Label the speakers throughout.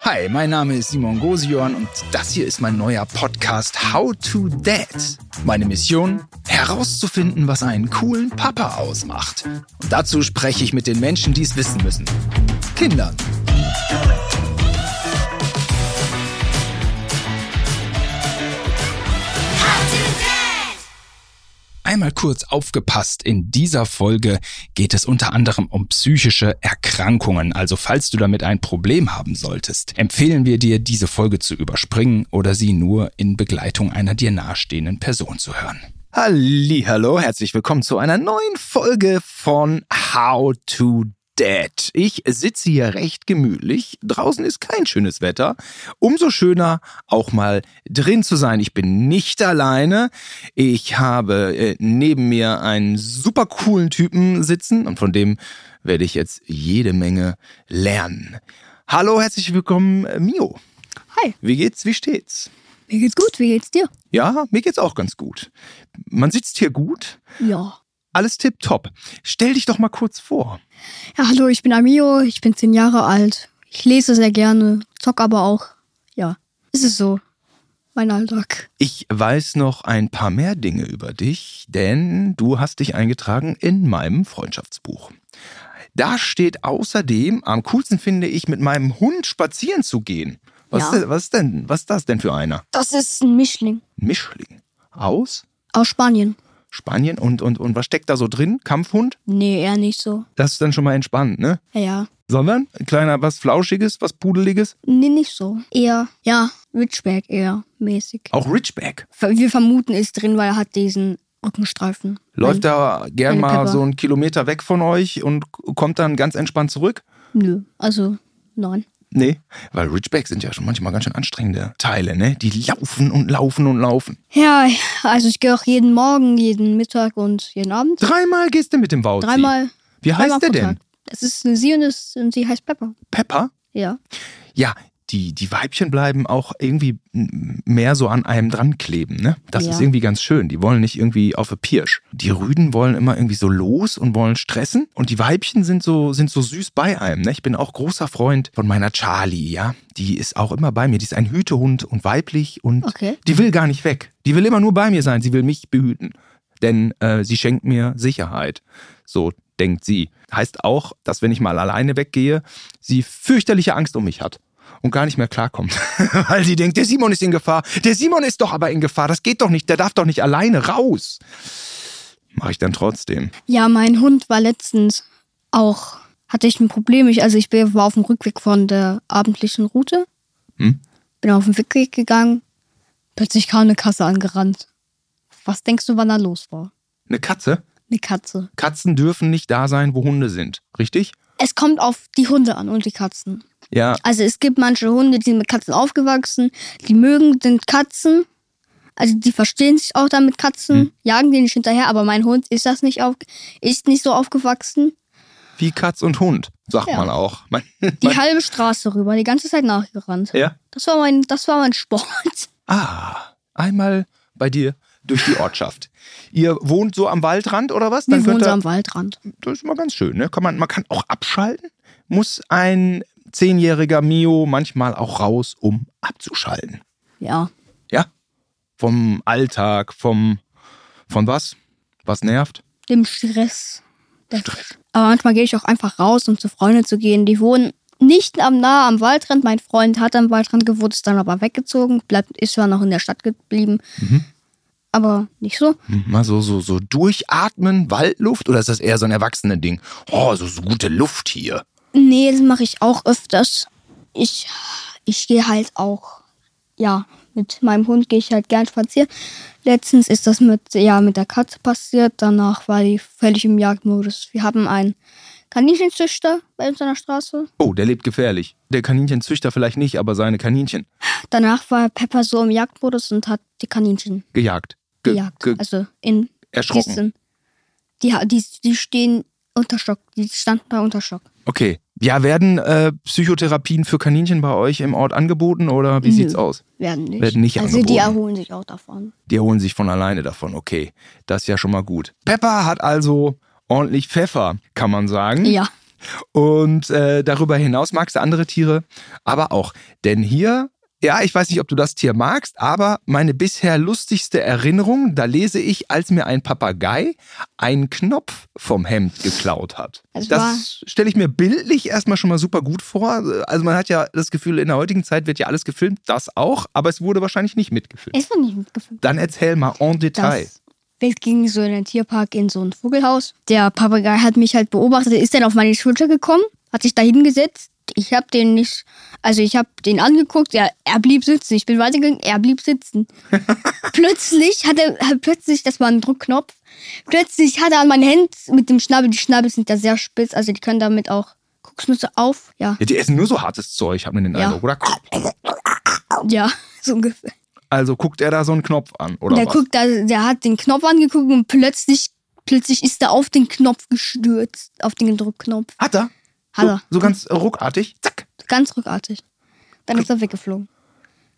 Speaker 1: Hi, mein Name ist Simon Gosion und das hier ist mein neuer Podcast How to Dad. Meine Mission? Herauszufinden, was einen coolen Papa ausmacht. Und dazu spreche ich mit den Menschen, die es wissen müssen. Kindern. Einmal kurz aufgepasst, in dieser Folge geht es unter anderem um psychische Erkrankungen, also falls du damit ein Problem haben solltest, empfehlen wir dir, diese Folge zu überspringen oder sie nur in Begleitung einer dir nahestehenden Person zu hören. Hallo, herzlich willkommen zu einer neuen Folge von How to Dad. Ich sitze hier recht gemütlich. Draußen ist kein schönes Wetter. Umso schöner, auch mal drin zu sein. Ich bin nicht alleine. Ich habe äh, neben mir einen super coolen Typen sitzen und von dem werde ich jetzt jede Menge lernen. Hallo, herzlich willkommen, äh, Mio.
Speaker 2: Hi,
Speaker 1: Wie geht's? Wie steht's?
Speaker 2: mir geht's gut, wie geht's dir?
Speaker 1: Ja, mir geht's auch ganz gut. Man sitzt hier gut.
Speaker 2: Ja.
Speaker 1: Alles tipptopp. Stell dich doch mal kurz vor.
Speaker 2: Ja, hallo, ich bin Amio, ich bin zehn Jahre alt. Ich lese sehr gerne, zock aber auch. Ja, ist es so. Mein Alltag.
Speaker 1: Ich weiß noch ein paar mehr Dinge über dich, denn du hast dich eingetragen in meinem Freundschaftsbuch. Da steht außerdem, am coolsten finde ich, mit meinem Hund spazieren zu gehen. Was,
Speaker 2: Ja.
Speaker 1: ist, denn- was ist denn, was ist das denn für einer?
Speaker 2: Das ist ein Mischling.
Speaker 1: Mischling. Aus
Speaker 2: Aus Spanien.
Speaker 1: Spanien und, und, und was steckt da so drin? Kampfhund?
Speaker 2: Nee, eher nicht so.
Speaker 1: Das ist dann schon mal entspannt, ne?
Speaker 2: Ja, ja.
Speaker 1: Sondern ein kleiner, was Flauschiges, was Pudeliges.
Speaker 2: Nee, nicht so. Eher, ja, Ridgeback eher mäßig.
Speaker 1: Auch Ridgeback.
Speaker 2: Ver- Wir vermuten ist drin, weil er hat diesen Rückenstreifen.
Speaker 1: Läuft
Speaker 2: Nein.
Speaker 1: da gern
Speaker 2: Hm. Eine
Speaker 1: mal
Speaker 2: Pepper.
Speaker 1: so einen Kilometer weg von euch und kommt dann ganz entspannt zurück?
Speaker 2: Nö, also nein.
Speaker 1: Nee, weil Ridgebacks sind ja schon manchmal ganz schön anstrengende Teile, ne? Die laufen und laufen und laufen.
Speaker 2: Ja, also ich gehe auch jeden Morgen, jeden Mittag und jeden Abend.
Speaker 1: Dreimal gehst du mit dem Wauzi.
Speaker 2: Dreimal.
Speaker 1: Wie heißt
Speaker 2: Einmal
Speaker 1: der
Speaker 2: pro
Speaker 1: denn?
Speaker 2: Tag. Es ist eine sie und, es, und sie heißt Pepper.
Speaker 1: Pepper?
Speaker 2: Ja.
Speaker 1: Ja, die, die Weibchen bleiben auch irgendwie m- mehr so an einem dran kleben, ne? Das
Speaker 2: Ja.
Speaker 1: ist irgendwie ganz schön. Die wollen nicht irgendwie auf eine Pirsch. Die Rüden wollen immer irgendwie so los und wollen stressen. Und die Weibchen sind so, sind so süß bei einem, ne? Ich bin auch großer Freund von meiner Charlie, ja? Die ist auch immer bei mir. Die ist ein Hütehund und weiblich und
Speaker 2: Okay.
Speaker 1: Die will gar nicht weg. Die will immer nur bei mir sein. Sie will mich behüten. Denn äh, sie schenkt mir Sicherheit. So denkt sie. Heißt auch, dass wenn ich mal alleine weggehe, sie fürchterliche Angst um mich hat. Und gar nicht mehr klarkommt. Weil sie denkt, der Simon ist in Gefahr. Der Simon ist doch aber in Gefahr. Das geht doch nicht. Der darf doch nicht alleine raus. Mache ich dann trotzdem.
Speaker 2: Ja, mein Hund war letztens auch, hatte ich ein Problem. Ich, also ich bin- war auf dem Rückweg von der abendlichen Route.
Speaker 1: Hm?
Speaker 2: Bin auf den Rückweg gegangen. Plötzlich kam eine Katze angerannt. Was denkst du, wann da los war?
Speaker 1: Eine Katze.
Speaker 2: Eine Katze.
Speaker 1: Katzen dürfen nicht da sein, wo Hunde sind. Richtig?
Speaker 2: Es kommt auf die Hunde an und die Katzen.
Speaker 1: Ja.
Speaker 2: Also es gibt manche Hunde, die sind mit Katzen aufgewachsen, die mögen den Katzen. Also die verstehen sich auch dann mit Katzen, jagen die nicht hinterher, aber mein Hund ist das nicht auf, ist nicht so aufgewachsen.
Speaker 1: Wie Katz und Hund, sagt
Speaker 2: Ja.
Speaker 1: man auch. Man,
Speaker 2: Die
Speaker 1: man,
Speaker 2: halbe Straße rüber, die ganze Zeit nachgerannt.
Speaker 1: ja.
Speaker 2: Das war mein, das war mein Sport.
Speaker 1: Ah, einmal bei dir durch die Ortschaft. Ihr wohnt so am Waldrand oder was?
Speaker 2: Wir wohnen
Speaker 1: könnt
Speaker 2: so
Speaker 1: ihr-
Speaker 2: am Waldrand.
Speaker 1: Das ist immer ganz schön, ne? Kann man, man kann auch abschalten. Muss ein zehnjähriger Mio manchmal auch raus, um abzuschalten.
Speaker 2: Ja.
Speaker 1: Ja? Vom Alltag, vom von was? Was nervt?
Speaker 2: Dem Stress. Der Stress. Aber manchmal gehe ich auch einfach raus, um zu Freunden zu gehen. Die wohnen nicht am nah am Waldrand. Mein Freund hat am Waldrand gewohnt, ist dann aber weggezogen, bleibt, ist zwar noch in der Stadt geblieben. Aber nicht so.
Speaker 1: Hm, Mal so, so, so durchatmen, Waldluft oder ist das eher so ein Erwachsenen-Ding? Oh, so, so gute Luft hier.
Speaker 2: Nee, das mache ich auch öfters. Ich, ich gehe halt auch, ja, mit meinem Hund gehe ich halt gern spazieren. Letztens ist das mit, ja, mit der Katze passiert. Danach war die völlig im Jagdmodus. Wir haben einen Kaninchenzüchter bei uns an der Straße.
Speaker 1: Oh, der lebt gefährlich. Der Kaninchenzüchter vielleicht nicht, aber seine Kaninchen.
Speaker 2: Danach war Pepper so im Jagdmodus und hat die Kaninchen
Speaker 1: Gejagt. Ge-
Speaker 2: gejagt.
Speaker 1: ge-
Speaker 2: also in
Speaker 1: erschrocken.
Speaker 2: Kisten. Die, ha- die, die stehen unter Schock. Die standen bei Unterschock.
Speaker 1: Okay. Ja, werden äh, Psychotherapien für Kaninchen bei euch im Ort angeboten oder wie
Speaker 2: Nö.
Speaker 1: sieht's aus?
Speaker 2: Werden nicht.
Speaker 1: Werden nicht
Speaker 2: also
Speaker 1: angeboten.
Speaker 2: die erholen sich auch davon.
Speaker 1: Die holen sich von alleine davon. Okay, das ist ja schon mal gut. Pepper hat also ordentlich Pfeffer, kann man sagen.
Speaker 2: Ja.
Speaker 1: Und äh, darüber hinaus magst du andere Tiere, aber auch. Denn hier, ja, ich weiß nicht, ob du das Tier magst, aber meine bisher lustigste Erinnerung, da lese ich, als mir ein Papagei einen Knopf vom Hemd geklaut hat.
Speaker 2: Es war-
Speaker 1: das stelle ich mir bildlich erstmal schon mal super gut vor. Also man hat ja das Gefühl, in der heutigen Zeit wird ja alles gefilmt, das auch, aber es wurde wahrscheinlich nicht mitgefilmt.
Speaker 2: Es war nicht mitgefilmt.
Speaker 1: Dann erzähl mal en Detail.
Speaker 2: Äh, Das Bild ging so in den Tierpark in so ein Vogelhaus. Der Papagei hat mich halt beobachtet, ist dann auf meine Schulter gekommen, hat sich da hingesetzt. Ich habe den nicht, also ich habe den angeguckt, ja, er blieb sitzen. Ich bin weitergegangen, er blieb sitzen. plötzlich hat er, hat plötzlich, das war ein Druckknopf, plötzlich hat er an meinen Händen mit dem Schnabel, die Schnabel sind ja sehr spitz, also die können damit auch, guckst nur so auf, ja,
Speaker 1: Ja, die essen nur so hartes Zeug, hat man den
Speaker 2: Ja.
Speaker 1: Eindruck, oder?
Speaker 2: ja, so ungefähr.
Speaker 1: Also guckt er da so einen Knopf an, oder
Speaker 2: der
Speaker 1: was?
Speaker 2: guckt, da, der hat den Knopf angeguckt und plötzlich, plötzlich ist er auf den Knopf gestürzt, auf den Druckknopf.
Speaker 1: Hat er?
Speaker 2: Hat
Speaker 1: so,
Speaker 2: er.
Speaker 1: so ganz ruckartig. Zack.
Speaker 2: Ganz rückartig. Dann ist er weggeflogen.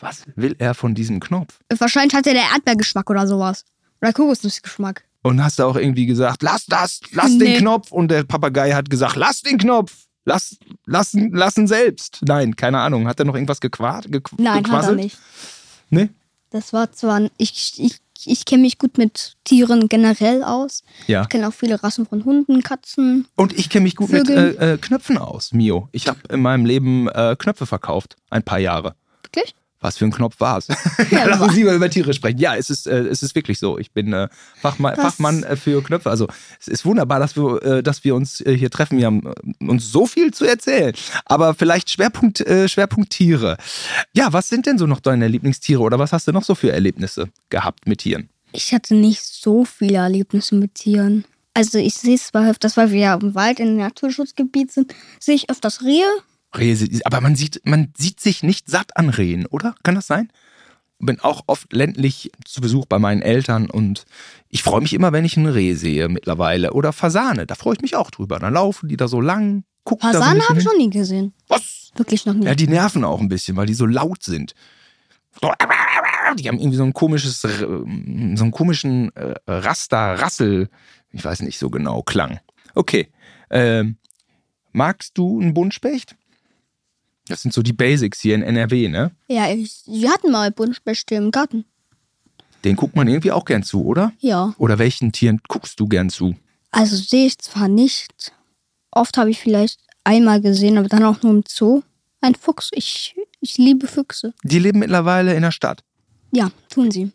Speaker 1: Was will er von diesem Knopf?
Speaker 2: Wahrscheinlich hatte der Erdbeergeschmack oder sowas. Oder Kokosnussgeschmack.
Speaker 1: Und hast du auch irgendwie gesagt, lass das, lass den
Speaker 2: Nee.
Speaker 1: Knopf. Und der Papagei hat gesagt, lass den Knopf. Lass, lassen, lassen selbst. Nein, keine Ahnung. Hat er noch irgendwas gequart, gequ
Speaker 2: Nein, hat er
Speaker 1: gequasselt?
Speaker 2: nicht.
Speaker 1: Nee?
Speaker 2: Das war zwar. Ich, ich, ich kenne mich gut mit Tieren generell aus.
Speaker 1: Ja.
Speaker 2: Ich kenne auch viele Rassen von Hunden, Katzen.
Speaker 1: Und ich kenne mich gut mit
Speaker 2: Vögeln.
Speaker 1: äh, äh, Knöpfen aus, Mio. Ich habe in meinem Leben äh, Knöpfe verkauft, ein paar Jahre.
Speaker 2: Wirklich?
Speaker 1: Was für ein Knopf war's?
Speaker 2: Ja,
Speaker 1: Lass
Speaker 2: aber-
Speaker 1: uns lieber über Tiere sprechen. Ja, es ist, äh, es ist wirklich so. Ich bin äh, Fachmann,
Speaker 2: Das-
Speaker 1: Fachmann äh, für Knöpfe. Also es ist wunderbar, dass wir, äh, dass wir uns äh, hier treffen. Wir haben äh, uns so viel zu erzählen. Aber vielleicht Schwerpunkt, äh, Schwerpunkt Tiere. Ja, was sind denn so noch deine Lieblingstiere oder was hast du noch so für Erlebnisse gehabt mit Tieren?
Speaker 2: Ich hatte nicht so viele Erlebnisse mit Tieren. Also ich sehe es zwar öfters, weil wir ja im Wald in einem Naturschutzgebiet sind, sehe ich öfters Rehe.
Speaker 1: Rehe, sie- aber man sieht, man sieht sich nicht satt an Rehen, oder? Kann das sein? Bin auch oft ländlich zu Besuch bei meinen Eltern und ich freue mich immer, wenn ich ein Reh sehe mittlerweile. Oder Fasane, da freue ich mich auch drüber. Dann laufen die da so lang, gucken da so ein
Speaker 2: Fasanen
Speaker 1: bisschen
Speaker 2: habe ich
Speaker 1: hin.
Speaker 2: noch nie gesehen.
Speaker 1: Was?
Speaker 2: Wirklich noch nie.
Speaker 1: Ja, die nerven auch ein bisschen, weil die so laut sind. So, die haben irgendwie so ein komisches, äh, so einen komischen äh, Raster, Rassel, ich weiß nicht so genau, Klang. Okay. Ähm, magst du einen Buntspecht? Das sind so die Basics hier in NRW, ne?
Speaker 2: Ja, ich, wir hatten mal Buntspechte im Garten.
Speaker 1: Den guckt man irgendwie auch gern zu, oder?
Speaker 2: Ja.
Speaker 1: Oder welchen Tieren guckst du gern zu?
Speaker 2: Also sehe ich zwar nicht. Oft habe ich vielleicht einmal gesehen, aber dann auch nur im Zoo. Ein Fuchs. Ich, ich liebe Füchse.
Speaker 1: Die leben mittlerweile in der Stadt.
Speaker 2: Ja, tun sie.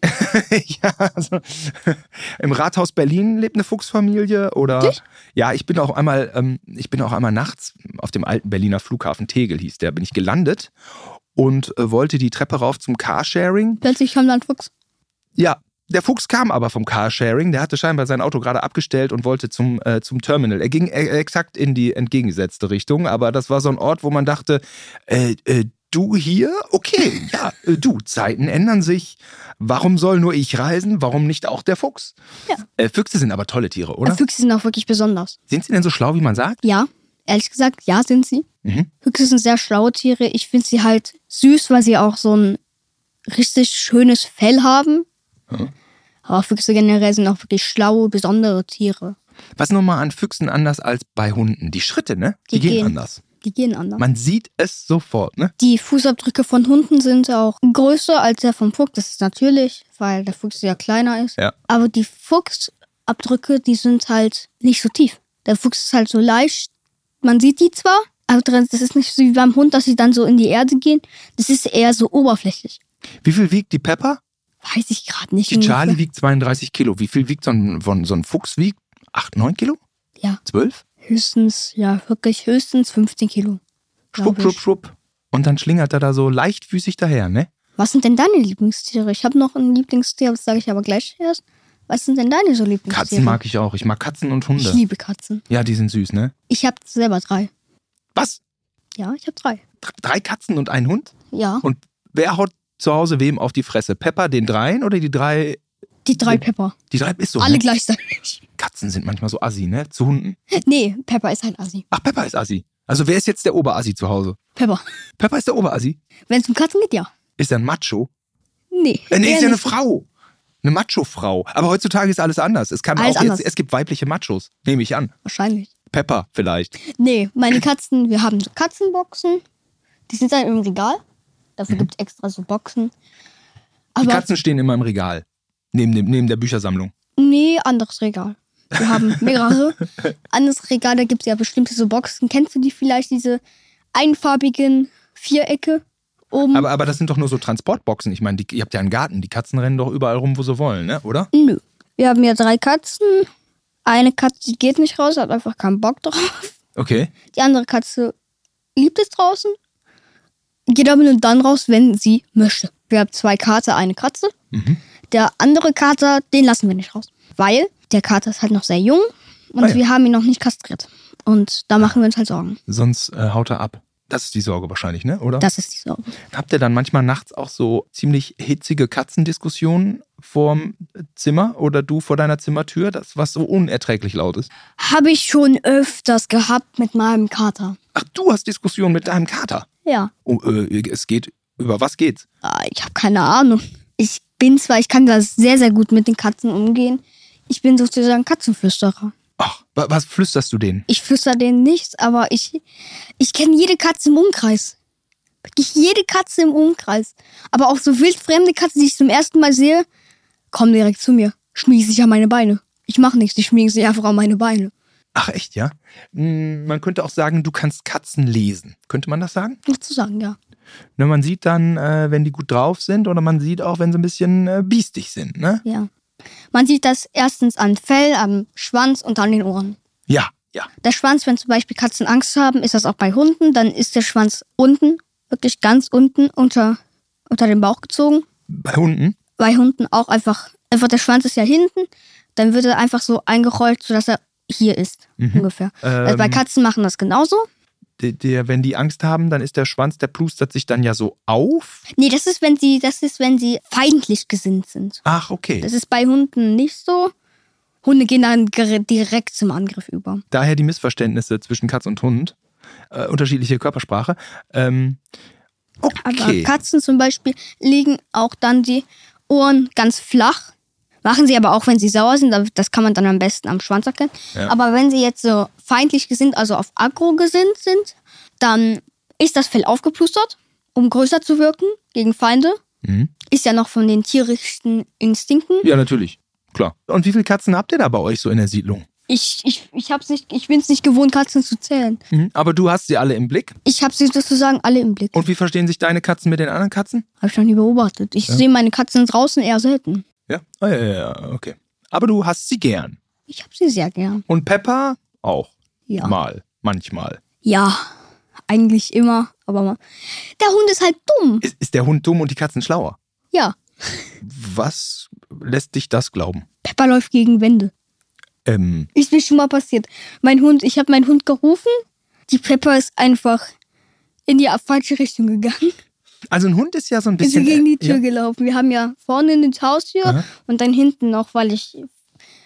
Speaker 1: ja, also, im Rathaus Berlin lebt eine Fuchsfamilie oder ja, ich bin auch einmal, ähm, ich bin auch einmal nachts auf dem alten Berliner Flughafen Tegel hieß der, bin ich gelandet und äh, wollte die Treppe rauf zum Carsharing
Speaker 2: Plötzlich kam da ein Fuchs.
Speaker 1: ja, der Fuchs kam aber vom Carsharing. Der hatte scheinbar sein Auto gerade abgestellt und wollte zum, äh, zum Terminal. Er ging e- exakt in die entgegengesetzte Richtung, aber das war so ein Ort, wo man dachte, äh, äh, du hier? Okay, ja, äh, du, Zeiten ändern sich. Warum soll nur ich reisen? Warum nicht auch der Fuchs?
Speaker 2: Ja.
Speaker 1: Äh, Füchse sind aber tolle Tiere, oder?
Speaker 2: Füchse sind auch wirklich besonders.
Speaker 1: Sind sie denn so schlau, wie man sagt?
Speaker 2: Ja, ehrlich gesagt, ja, sind sie.
Speaker 1: Mhm.
Speaker 2: Füchse sind sehr schlaue Tiere. Ich finde sie halt süß, weil sie auch so ein richtig schönes Fell haben. Aber Füchse generell sind auch wirklich schlaue, besondere Tiere.
Speaker 1: Was ist nochmal an Füchsen anders als bei Hunden? Die Schritte, ne?
Speaker 2: Die gehen.
Speaker 1: anders.
Speaker 2: Die gehen anders.
Speaker 1: Man sieht es sofort, ne?
Speaker 2: Die Fußabdrücke von Hunden sind auch größer als der vom Fuchs. Das ist natürlich, weil der Fuchs ja kleiner ist.
Speaker 1: Ja.
Speaker 2: Aber die Fuchsabdrücke, die sind halt nicht so tief. Der Fuchs ist halt so leicht. Man sieht die zwar, aber drin- das ist nicht so wie beim Hund, dass sie dann so in die Erde gehen. Das ist eher so oberflächlich.
Speaker 1: Wie viel wiegt die Pepper?
Speaker 2: Weiß ich gerade nicht.
Speaker 1: Die Charlie wiegt 32 Kilo. Wie viel wiegt so ein, von, so ein Fuchs? Wiegt 8, 9 Kilo?
Speaker 2: Ja.
Speaker 1: 12?
Speaker 2: Höchstens, ja, wirklich höchstens 15 Kilo. glaub
Speaker 1: Schwupp, schwupp,
Speaker 2: ich.
Speaker 1: schwupp. Und dann schlingert er da so leichtfüßig daher, ne?
Speaker 2: Was sind denn deine Lieblingstiere? Ich habe noch ein Lieblingstier, aber das sage ich aber gleich erst. Was sind denn deine so Lieblingstiere?
Speaker 1: Katzen mag ich auch. Ich mag Katzen und
Speaker 2: ich. Ich
Speaker 1: Hunde.
Speaker 2: liebe Katzen.
Speaker 1: Ja, die sind süß, ne?
Speaker 2: Ich habe selber drei.
Speaker 1: Was?
Speaker 2: Ja, ich habe drei.
Speaker 1: Dr- Drei Katzen und ein Hund?
Speaker 2: Ja,
Speaker 1: Und wer haut zu Hause wem auf die Fresse? Pepper den dreien oder die drei?
Speaker 2: die drei Pepper.
Speaker 1: Die drei ist so.
Speaker 2: Alle
Speaker 1: Ne?
Speaker 2: gleichzeitig.
Speaker 1: Katzen sind manchmal so assi, ne? Zu Hunden.
Speaker 2: Nee, Pepper ist ein Assi.
Speaker 1: Ach, Pepper ist assi. Also wer ist jetzt der Oberassi zu Hause?
Speaker 2: Pepper.
Speaker 1: Pepper ist der Oberassi.
Speaker 2: Wenn es um Katzen geht, ja.
Speaker 1: Ist er ein Macho?
Speaker 2: Nee.
Speaker 1: Äh, nee,
Speaker 2: eher
Speaker 1: ist ja eine
Speaker 2: nicht.
Speaker 1: Frau. Eine Macho-Frau. Aber heutzutage ist alles anders. Es kann
Speaker 2: Alles
Speaker 1: auch jetzt,
Speaker 2: anders.
Speaker 1: es gibt weibliche Machos, nehme ich an.
Speaker 2: Wahrscheinlich.
Speaker 3: Pepper vielleicht.
Speaker 2: Nee, meine Katzen, wir haben so Katzenboxen. Die sind dann im Regal. Dafür gibt's gibt es extra so Boxen.
Speaker 1: Mhm. Die
Speaker 2: Aber
Speaker 1: Katzen stehen immer im Regal. Neben, dem, neben der Büchersammlung.
Speaker 2: nee, anderes Regal. Wir haben mehrere. anderes Regal, da gibt es ja bestimmte so Boxen. Kennst du die vielleicht, diese einfarbigen Vierecke oben?
Speaker 1: Aber, aber das sind doch nur so Transportboxen. Ich meine, die, ihr habt ja einen Garten. Die Katzen rennen doch überall rum, wo sie wollen, ne? oder?
Speaker 2: Nö. Wir haben ja drei Katzen. Eine Katze die geht nicht raus, hat einfach keinen Bock drauf.
Speaker 1: Okay.
Speaker 2: Die andere Katze liebt es draußen, geht aber nur dann raus, wenn sie möchte. Wir haben zwei Kater, eine Katze.
Speaker 1: Mhm.
Speaker 2: Der andere Kater, den lassen wir nicht raus, weil der Kater ist halt noch sehr jung und
Speaker 1: Ah ja.
Speaker 2: wir haben ihn noch nicht kastriert. Und da machen wir uns halt Sorgen.
Speaker 1: Sonst äh, haut er ab. Das ist die Sorge wahrscheinlich, ne? oder?
Speaker 2: Das ist die Sorge.
Speaker 1: Habt ihr dann manchmal nachts auch so ziemlich hitzige Katzendiskussionen vorm Zimmer oder du vor deiner Zimmertür, das was so unerträglich laut ist?
Speaker 2: Habe ich schon öfters gehabt mit meinem Kater.
Speaker 1: Ach, du hast Diskussionen mit deinem Kater.
Speaker 2: Ja,
Speaker 1: Oh, äh, es geht über was geht's?
Speaker 2: Ah, ich habe keine Ahnung. Ich bin zwar, ich kann da sehr, sehr gut mit den Katzen umgehen. Ich bin sozusagen Katzenflüsterer.
Speaker 1: Ach, wa- was flüsterst du denen?
Speaker 2: Ich flüster denen nichts, aber ich, ich kenne jede Katze im Umkreis. Wirklich jede Katze im Umkreis. Aber auch so wildfremde Katzen, die ich zum ersten Mal sehe, kommen direkt zu mir. Schmiegen sich an meine Beine. Ich mache nichts, die schmiegen sich einfach an meine Beine.
Speaker 1: Ach echt, ja? Hm, Man könnte auch sagen, du kannst Katzen lesen. Könnte man das sagen?
Speaker 2: Sozusagen, ja.
Speaker 1: Ne, man sieht dann, äh, wenn die gut drauf sind oder man sieht auch, wenn sie ein bisschen äh, biestig sind, ne?
Speaker 2: ja. Man sieht das erstens am Fell, am Schwanz und an den Ohren.
Speaker 1: Ja, ja.
Speaker 2: Der Schwanz, wenn zum Beispiel Katzen Angst haben, ist das auch bei Hunden, dann ist der Schwanz unten, wirklich ganz unten unter, unter den Bauch gezogen.
Speaker 1: Bei Hunden?
Speaker 2: bei Hunden auch einfach, einfach der Schwanz ist ja hinten, dann wird er einfach so eingerollt, sodass er hier ist, ungefähr. also bei
Speaker 1: Ähm.
Speaker 2: Katzen machen das genauso.
Speaker 1: Der, der, wenn die Angst haben, dann ist der Schwanz, der plustert sich dann ja so auf.
Speaker 2: Nee, das ist, wenn sie, das ist, wenn sie feindlich gesinnt sind.
Speaker 1: Ach, okay.
Speaker 2: Das ist bei Hunden nicht so. Hunde gehen dann ger- direkt zum Angriff über.
Speaker 1: daher die Missverständnisse zwischen Katz und Hund, äh, unterschiedliche Körpersprache. Ähm,
Speaker 2: Aber
Speaker 1: okay.
Speaker 2: Katzen zum Beispiel legen auch dann die Ohren ganz flach. Machen sie aber auch, wenn sie sauer sind. aber Das kann man dann am besten am Schwanz erkennen.
Speaker 1: Ja.
Speaker 2: Aber wenn sie jetzt so feindlich gesinnt, also auf Agro gesinnt sind, dann ist das Fell aufgeplustert, um größer zu wirken gegen Feinde.
Speaker 1: Mhm.
Speaker 2: Ist ja noch von den tierischen Instinkten.
Speaker 1: ja, natürlich. Klar. Und wie viele Katzen habt ihr da bei euch so in der Siedlung?
Speaker 2: Ich, ich, ich, hab's nicht, ich bin es nicht gewohnt, Katzen zu zählen.
Speaker 1: Mhm. Aber du hast sie alle im Blick.
Speaker 2: Ich habe sie sozusagen alle im Blick.
Speaker 1: Und wie verstehen sich deine Katzen mit den anderen Katzen?
Speaker 2: Habe ich noch nie beobachtet. Ich sehe meine Katzen draußen eher selten.
Speaker 1: Ja. Ah, ja, ja, ja, okay. Aber du hast sie gern.
Speaker 2: Ich habe sie sehr gern.
Speaker 1: Und Pepper auch.
Speaker 2: Ja.
Speaker 1: Mal. Manchmal.
Speaker 2: Ja, eigentlich immer, aber man. Der Hund ist halt dumm.
Speaker 1: Ist, ist der Hund dumm und die Katzen schlauer?
Speaker 2: Ja,
Speaker 1: Was lässt dich das glauben?
Speaker 2: Pepper läuft gegen Wände.
Speaker 1: Ähm,
Speaker 2: Ist mir schon mal passiert. Mein Hund, ich habe meinen Hund gerufen. Die Pepper ist einfach in die falsche Richtung gegangen.
Speaker 1: also ein Hund ist ja so ein
Speaker 2: Ist sie
Speaker 1: bisschen. äh,
Speaker 2: gegen die Tür
Speaker 1: Ja.
Speaker 2: gelaufen. Wir haben ja vorne eine Haustür
Speaker 1: Aha.
Speaker 2: und dann hinten noch, weil ich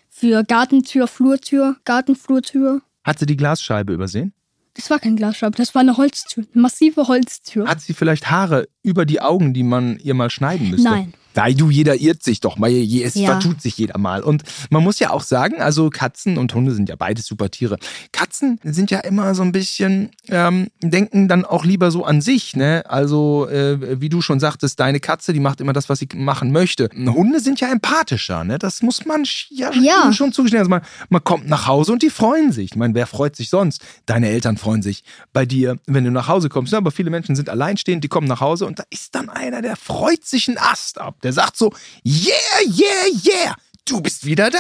Speaker 2: für Gartentür, Flurtür, Gartenflurtür.
Speaker 1: Hat sie die Glasscheibe übersehen?
Speaker 2: Das war kein Glasscheibe, das war eine Holztür, eine massive Holztür.
Speaker 1: Hat sie vielleicht Haare über die Augen, die man ihr mal schneiden müsste?
Speaker 2: Nein.
Speaker 1: Nein, du, jeder irrt sich doch mal. Je- Es
Speaker 2: Ja.
Speaker 1: vertut sich jeder mal. Und man muss ja auch sagen, also Katzen und Hunde sind ja beides super Tiere. Katzen sind ja immer so ein bisschen, ähm, denken dann auch lieber so an sich. Ne? Also, äh, wie du schon sagtest, deine Katze, die macht immer das, was sie machen möchte. Hunde sind ja empathischer. Ne? Das muss man sch- ja,
Speaker 2: Ja.
Speaker 1: schon zugestehen. Also man, man kommt nach Hause und die freuen sich. Ich meine, wer freut sich sonst? Deine Eltern freuen sich bei dir, wenn du nach Hause kommst. Ja, aber viele Menschen sind alleinstehend, die kommen nach Hause und da ist dann einer, der freut sich einen Ast ab. Der sagt so, yeah, yeah, yeah, du bist wieder da.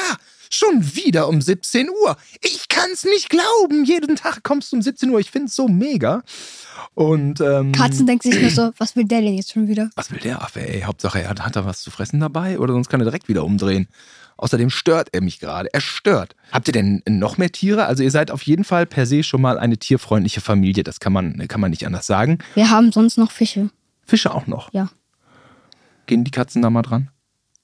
Speaker 1: Schon wieder um 17 Uhr. Ich kann's nicht glauben. Jeden Tag kommst du um 17 Uhr. Ich find's so mega. Und ähm,
Speaker 2: Katzen denkt sich nur so, was will der denn jetzt schon wieder?
Speaker 1: was will der Affe, ey? Hauptsache, er hat, hat er was zu fressen dabei oder sonst kann er direkt wieder umdrehen. Außerdem stört er mich gerade. Er stört. Habt ihr denn noch mehr Tiere? Also ihr seid auf jeden Fall per se schon mal eine tierfreundliche Familie. Das kann man, kann man nicht anders sagen.
Speaker 2: Wir haben sonst noch Fische.
Speaker 1: Fische auch noch.
Speaker 2: Ja.
Speaker 1: Gehen die Katzen da mal dran?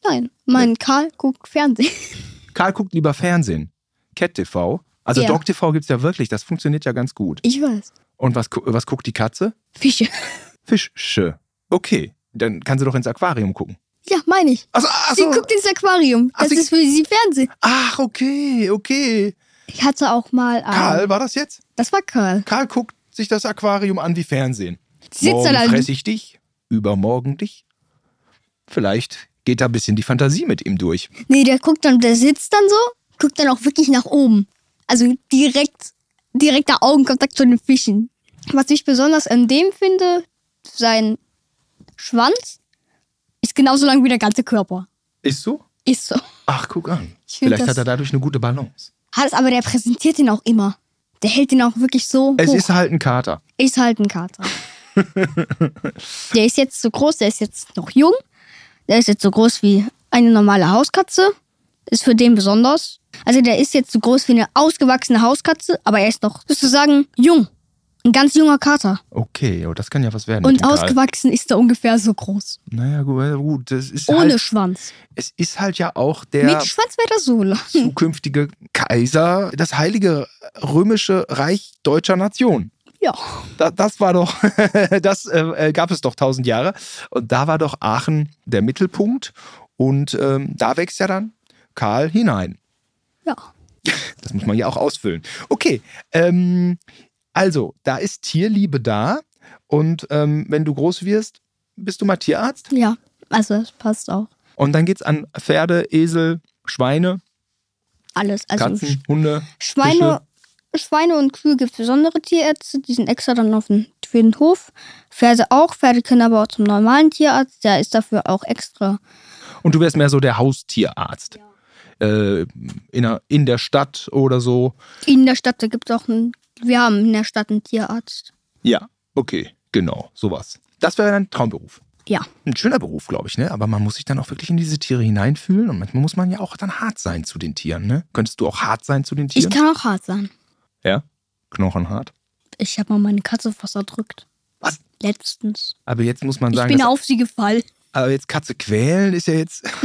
Speaker 2: Nein, mein Karl guckt Fernsehen.
Speaker 1: Karl guckt lieber Fernsehen. Cat TV. Also
Speaker 2: Ja.
Speaker 1: Dog TV gibt's ja wirklich. Das funktioniert ja ganz gut.
Speaker 2: Ich weiß.
Speaker 1: Und was, gu- was guckt die Katze?
Speaker 2: Fische.
Speaker 1: Fische. Okay. Dann kann sie doch ins Aquarium gucken.
Speaker 2: Ja, meine ich.
Speaker 1: Also, ach
Speaker 2: Sie
Speaker 1: so.
Speaker 2: guckt ins Aquarium.
Speaker 1: Ach,
Speaker 2: Das
Speaker 1: sie-
Speaker 2: ist für sie Fernsehen.
Speaker 1: Ach, okay, okay.
Speaker 2: Ich hatte auch mal. einen-
Speaker 1: Karl, war das jetzt?
Speaker 2: Das war Karl.
Speaker 1: Karl guckt sich das Aquarium an wie Fernsehen.
Speaker 2: Sitzt also
Speaker 1: Morgen
Speaker 2: er da-
Speaker 1: fress ich dich, übermorgen dich. Vielleicht geht da ein bisschen die Fantasie mit ihm durch.
Speaker 2: Nee, der guckt dann, der sitzt dann so, guckt dann auch wirklich nach oben. Also direkt, direkter Augenkontakt zu den Fischen. Was ich besonders an dem finde, sein Schwanz ist genauso lang wie der ganze Körper.
Speaker 1: Ist so?
Speaker 2: Ist so.
Speaker 1: Ach, guck an.
Speaker 2: Ich find
Speaker 1: Vielleicht
Speaker 2: das-
Speaker 1: hat er dadurch eine gute Balance.
Speaker 2: Hat es aber, der präsentiert ihn auch immer. Der hält ihn auch wirklich so
Speaker 1: Es
Speaker 2: hoch.
Speaker 1: ist halt ein Kater.
Speaker 2: ist halt ein Kater. der ist jetzt so groß, der ist jetzt noch jung. Der ist jetzt so groß wie eine normale Hauskatze. Ist für den besonders. Also der ist jetzt so groß wie eine ausgewachsene Hauskatze, aber er ist noch sozusagen jung. Ein ganz junger Kater.
Speaker 1: Okay, oh, das kann ja was werden. mit
Speaker 2: Und
Speaker 1: dem Karl.
Speaker 2: ausgewachsen ist er ungefähr so groß.
Speaker 1: Naja, gut, äh, gut, das ist
Speaker 2: Ohne
Speaker 1: halt,
Speaker 2: Schwanz.
Speaker 1: es ist halt ja auch der
Speaker 2: Mit Schwanz wäre er so lang.
Speaker 1: zukünftige Kaiser, das heilige römische Reich deutscher Nation.
Speaker 2: Ja.
Speaker 1: Da, das war doch, das äh, äh, gab es doch tausend Jahre. Und da war doch Aachen der Mittelpunkt. Und ähm, da wächst ja dann Karl hinein.
Speaker 2: Ja.
Speaker 1: Das muss man ja auch ausfüllen. Okay, ähm, also da ist Tierliebe da. Und ähm, wenn du groß wirst, bist du mal Tierarzt.
Speaker 2: Ja. Also das passt auch.
Speaker 1: Und dann geht's an Pferde, Esel, Schweine,
Speaker 2: Alles. Also
Speaker 1: Katzen, Hunde.
Speaker 2: Schweine, Schweine und Kühe gibt es besondere Tierärzte, die sind extra dann auf den, für den Hof. Pferde auch, Pferde können aber auch zum normalen Tierarzt, der ist dafür auch extra.
Speaker 1: Und du wärst mehr so der Haustierarzt. Äh, in, der, in der Stadt oder so.
Speaker 2: In der Stadt, da gibt es auch einen, wir haben in der Stadt einen Tierarzt.
Speaker 1: Ja, okay, genau, sowas. Das wäre dein Traumberuf.
Speaker 2: Ja,
Speaker 1: Ein schöner Beruf, glaube ich, ne? Aber man muss sich dann auch wirklich in diese Tiere hineinfühlen und manchmal muss man ja auch dann hart sein zu den Tieren, ne? Könntest du auch hart sein zu den
Speaker 2: ich
Speaker 1: Tieren?
Speaker 2: kann auch hart sein.
Speaker 1: ja, knochenhart.
Speaker 2: Ich habe mal meine Katze fast erdrückt.
Speaker 1: Was?
Speaker 2: Letztens.
Speaker 1: Aber jetzt muss man
Speaker 2: Ich
Speaker 1: sagen,
Speaker 2: bin
Speaker 1: dass,
Speaker 2: auf sie gefallen.
Speaker 1: aber jetzt Katze quälen ist ja jetzt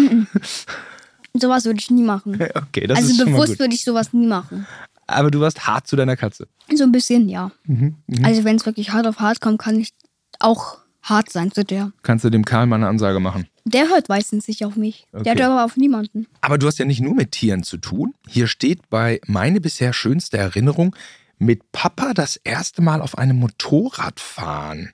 Speaker 2: Sowas würde ich nie machen.
Speaker 1: okay, das ist
Speaker 2: also
Speaker 1: schon mal
Speaker 2: bewusst
Speaker 1: gut.
Speaker 2: würde ich sowas nie machen.
Speaker 1: Aber du warst hart zu deiner Katze.
Speaker 2: So ein bisschen, ja.
Speaker 1: Mhm,
Speaker 2: Also wenn es wirklich hart auf hart kommt, kann ich auch hart sein zu der.
Speaker 1: Kannst du dem Karl mal eine Ansage machen?
Speaker 2: Der hört meistens nicht auf mich.
Speaker 1: Okay.
Speaker 2: Der hört aber auf niemanden.
Speaker 1: Aber du hast ja nicht nur mit Tieren zu tun. Hier steht bei meine bisher schönste Erinnerung mit Papa das erste Mal auf einem Motorrad fahren.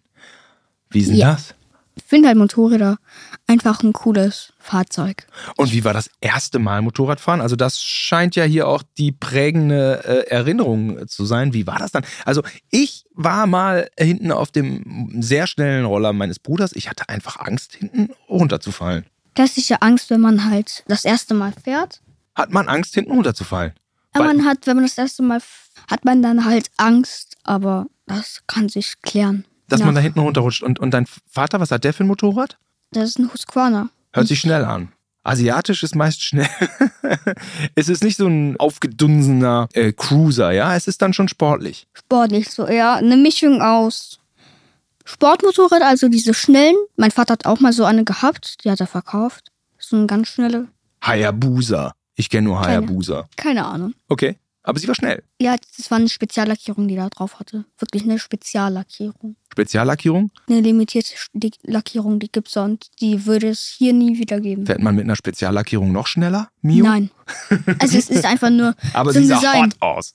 Speaker 1: Wie ist denn
Speaker 2: Ja.
Speaker 1: das?
Speaker 2: Ich finde halt Motorräder einfach ein cooles Fahrzeug.
Speaker 1: Und wie war das erste Mal Motorradfahren? Also das scheint ja hier auch die prägende äh, Erinnerung äh, zu sein. Wie war das dann? Also ich war mal hinten auf dem sehr schnellen Roller meines Bruders. Ich hatte einfach Angst, hinten runterzufallen.
Speaker 2: Klassische Angst, wenn man halt das erste Mal fährt.
Speaker 1: Hat man Angst, hinten runterzufallen?
Speaker 2: Aber
Speaker 1: Weil-
Speaker 2: man hat, wenn man das erste Mal f- hat man dann halt Angst, aber das kann sich klären.
Speaker 1: Dass
Speaker 2: Ja.
Speaker 1: man da hinten runterrutscht. Und, und dein Vater, was hat der für ein Motorrad?
Speaker 2: das ist ein Husqvarna.
Speaker 1: Hört sich schnell an. Asiatisch ist meist schnell. es ist nicht so ein aufgedunsener äh, Cruiser, ja. Es ist dann schon sportlich.
Speaker 2: Sportlich so eher eine Mischung aus Sportmotorrad, also diese schnellen. Mein Vater hat auch mal so eine gehabt, die hat er verkauft. So eine ganz schnelle,
Speaker 1: Hayabusa. Ich kenne nur
Speaker 2: Keine.
Speaker 1: Hayabusa.
Speaker 2: keine Ahnung.
Speaker 1: Okay. Aber sie war schnell.
Speaker 2: Ja, das war eine Speziallackierung, die da drauf hatte. Wirklich eine Speziallackierung.
Speaker 1: Speziallackierung?
Speaker 2: Eine limitierte Sch- die Lackierung, die gibt's sonst. Die würde es hier nie wieder geben.
Speaker 1: Fährt man mit einer Speziallackierung noch schneller? Mio?
Speaker 2: Nein. Also es ist einfach nur
Speaker 1: Aber
Speaker 2: zum
Speaker 1: sie sah
Speaker 2: Design.
Speaker 1: hot aus.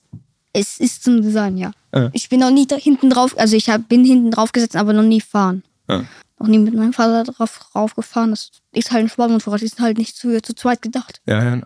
Speaker 2: Es ist zum Design, ja.
Speaker 1: Äh.
Speaker 2: Ich bin noch nie da hinten drauf, also ich hab, bin hinten drauf gesessen, aber noch nie fahren.
Speaker 1: Äh.
Speaker 2: Noch nie mit meinem Vater drauf raufgefahren. Das ist halt ein Sportmotorrad, die sind halt nicht zu, zu zweit gedacht.
Speaker 1: Ja, ja.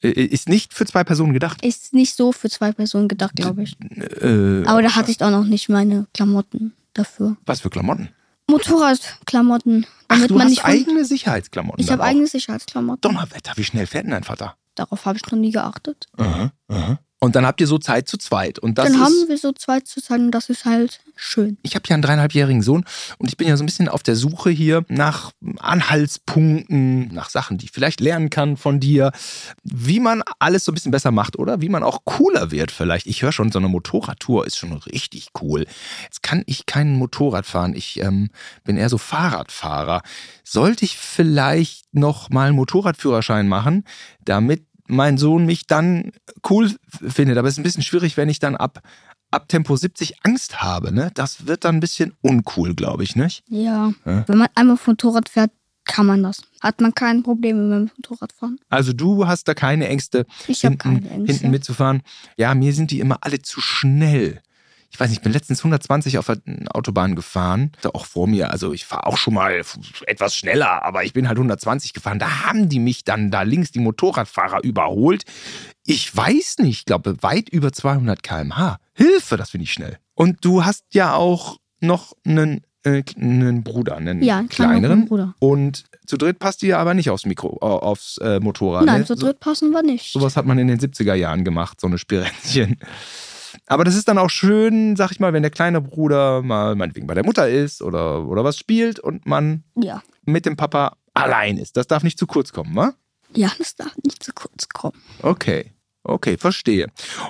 Speaker 1: Äh, Ist nicht für zwei Personen gedacht.
Speaker 2: Ist nicht so für zwei Personen gedacht, glaube ich.
Speaker 1: Äh,
Speaker 2: Aber da hatte ich auch noch nicht meine Klamotten dafür.
Speaker 1: was für Klamotten?
Speaker 2: Motorradklamotten, damit
Speaker 1: Ach, du
Speaker 2: man
Speaker 1: hast
Speaker 2: nicht von-
Speaker 1: eigene Sicherheitsklamotten.
Speaker 2: Ich
Speaker 1: dann
Speaker 2: habe
Speaker 1: auch.
Speaker 2: eigene Sicherheitsklamotten.
Speaker 1: Donnerwetter, wie schnell fährt denn dein Vater?
Speaker 2: Darauf habe ich noch nie geachtet.
Speaker 1: Aha, aha. Und dann habt ihr so Zeit zu zweit. Und das
Speaker 2: Dann
Speaker 1: ist,
Speaker 2: haben wir so zwei zu sein und das ist halt schön.
Speaker 1: ich habe ja einen dreieinhalbjährigen Sohn und ich bin ja so ein bisschen auf der Suche hier nach Anhaltspunkten, nach Sachen, die ich vielleicht lernen kann von dir, wie man alles so ein bisschen besser macht oder wie man auch cooler wird vielleicht. Ich höre schon, so eine Motorradtour ist schon richtig cool. Jetzt kann ich kein Motorrad fahren, ich ähm, bin eher so Fahrradfahrer. Sollte ich vielleicht noch mal einen Motorradführerschein machen, damit mein Sohn mich dann cool findet. Aber es ist ein bisschen schwierig, wenn ich dann ab, ab Tempo 70 Angst habe. Ne? Das wird dann ein bisschen uncool, glaube ich, nicht?
Speaker 2: Ja.
Speaker 1: Ja.
Speaker 2: Wenn man einmal vom Motorrad fährt, kann man das. hat man kein Problem mit dem Motorradfahren.
Speaker 1: Also du hast da keine Ängste,
Speaker 2: Ich habe
Speaker 1: hinten,
Speaker 2: keine Ängste.
Speaker 1: hinten mitzufahren. Ja, mir sind die immer alle zu schnell. Ich weiß nicht, ich bin letztens 120 auf der Autobahn gefahren, da auch vor mir. Also ich fahre auch schon mal etwas schneller, aber ich bin halt 120 gefahren. Da haben die mich dann da links, die Motorradfahrer, überholt. Ich weiß nicht, ich glaube weit über 200 km/h. Hilfe, das finde ich schnell. Und du hast ja auch noch einen, äh, einen Bruder, einen
Speaker 2: ja, ein kleiner
Speaker 1: Hm. kleineren.
Speaker 2: Bruder.
Speaker 1: Und zu dritt passt die ja aber nicht aufs Mikro, äh, aufs äh, Motorrad.
Speaker 2: Nein,
Speaker 1: ne?
Speaker 2: zu dritt passen wir nicht.
Speaker 1: So, sowas hat man in den 70er Jahren gemacht, so eine Spirenzchen. Aber das ist dann auch schön, sag ich mal, wenn der kleine Bruder mal meinetwegen bei der Mutter ist oder, oder was spielt und man
Speaker 2: ja.
Speaker 1: mit dem Papa allein ist. Das darf nicht zu kurz kommen, wa?
Speaker 2: ja, das darf nicht zu kurz kommen.
Speaker 1: Okay. Okay, verstehe.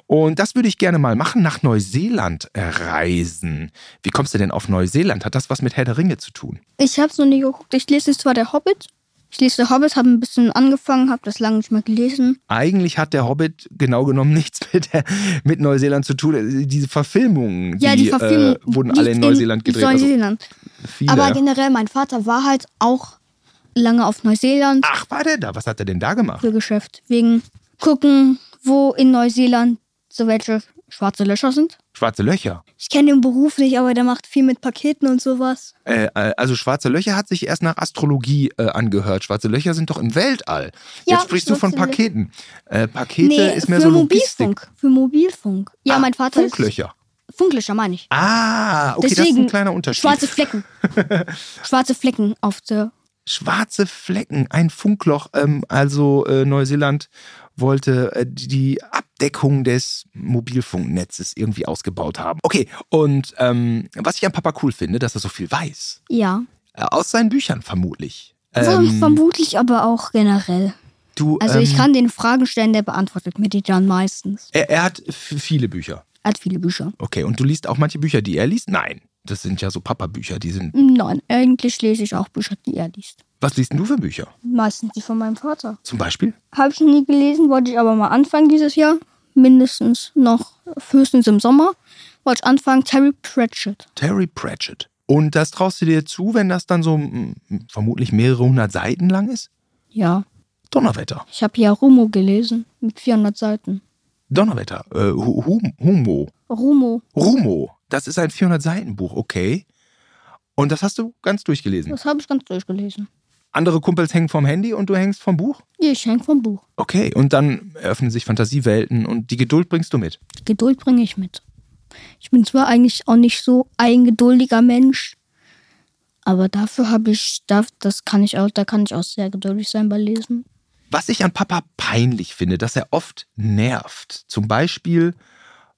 Speaker 1: Und das würde ich gerne mal machen, nach Neuseeland äh, reisen. Wie kommst du denn auf Neuseeland? Hat das was mit Herr der Ringe zu tun?
Speaker 2: Ich habe es noch nie geguckt. Ich lese jetzt zwar der Hobbit. Ich lese der Hobbit, habe ein bisschen angefangen, habe das lange nicht mehr gelesen.
Speaker 1: Eigentlich hat der Hobbit genau genommen nichts mit, der, mit Neuseeland zu tun. Diese Verfilmungen,
Speaker 2: ja, die Verfilmung
Speaker 1: äh, wurden
Speaker 2: liegt
Speaker 1: alle in Neuseeland gedreht. Also
Speaker 2: Neuseeland.
Speaker 1: viele.
Speaker 2: Aber
Speaker 1: ja.
Speaker 2: generell, mein Vater war halt auch lange auf Neuseeland
Speaker 1: Ach, war der da? Was hat er denn da gemacht?
Speaker 2: für Geschäft. Wegen gucken, wo in Neuseeland so welche schwarze Löcher sind.
Speaker 1: Schwarze Löcher.
Speaker 2: Ich kenne den Beruf nicht, aber der macht viel mit Paketen und sowas.
Speaker 1: Äh, äh, also schwarze Löcher hat sich erst nach Astrologie äh, angehört. Schwarze Löcher sind doch im Weltall.
Speaker 2: Ja,
Speaker 1: Jetzt sprichst du von
Speaker 2: schwarze Lö-
Speaker 1: Paketen. Äh, Pakete ist mehr
Speaker 2: für
Speaker 1: so Logistik.
Speaker 2: Mobilfunk. Für Mobilfunk. Ja,
Speaker 1: Ah,
Speaker 2: mein Vater
Speaker 1: Funklöcher.
Speaker 2: ist. Funklöcher meine ich.
Speaker 1: Ah, okay, das ist
Speaker 2: Deswegen
Speaker 1: ein kleiner Unterschied.
Speaker 2: Schwarze Flecken. schwarze Flecken auf der.
Speaker 1: Schwarze Flecken, ein Funkloch. Ähm, also äh, Neuseeland wollte äh, die- die Abdeckung des Mobilfunknetzes irgendwie ausgebaut haben. Okay, und ähm, was ich an Papa cool finde, dass er so viel weiß.
Speaker 2: Ja.
Speaker 1: Äh, aus seinen Büchern vermutlich.
Speaker 2: Also
Speaker 1: Ähm,
Speaker 2: vermutlich aber auch generell.
Speaker 1: du,
Speaker 2: Also ich
Speaker 1: ähm,
Speaker 2: kann den Fragen stellen, der beantwortet mir die dann meistens.
Speaker 1: Er, er hat f- viele Bücher.
Speaker 2: Er hat viele Bücher.
Speaker 1: Okay, und du liest auch manche Bücher, die er liest? Nein. Das sind ja so Papa-Bücher. Die sind.
Speaker 2: Nein, eigentlich lese ich auch Bücher, die er liest.
Speaker 1: Was liest denn du für Bücher?
Speaker 2: Meistens die von meinem Vater.
Speaker 1: Zum Beispiel?
Speaker 2: Habe ich nie gelesen, wollte ich aber mal anfangen dieses Jahr. Mindestens noch, höchstens im Sommer. Wollte ich anfangen, Terry Pratchett.
Speaker 1: Terry Pratchett. Und das traust du dir zu, wenn das dann so mm, vermutlich mehrere hundert Seiten lang ist?
Speaker 2: Ja,
Speaker 1: Donnerwetter.
Speaker 2: ich habe ja Rumo gelesen mit 400 Seiten.
Speaker 1: Donnerwetter. Äh, Hu- Hum- Humo.
Speaker 2: Rumo,
Speaker 1: Rumo. Das ist ein 400-Seiten-Buch, okay. Und das hast du ganz durchgelesen.
Speaker 2: das habe ich ganz durchgelesen.
Speaker 1: Andere Kumpels hängen vom Handy und du hängst vom Buch?
Speaker 2: Ich hänge vom Buch.
Speaker 1: Okay, und dann öffnen sich Fantasiewelten und die Geduld bringst du mit.
Speaker 2: Geduld bringe ich mit. Ich bin zwar eigentlich auch nicht so ein geduldiger Mensch, aber dafür habe ich, da- das kann ich auch, da kann ich auch sehr geduldig sein bei Lesen.
Speaker 1: Was ich an Papa peinlich finde, dass er oft nervt. Zum Beispiel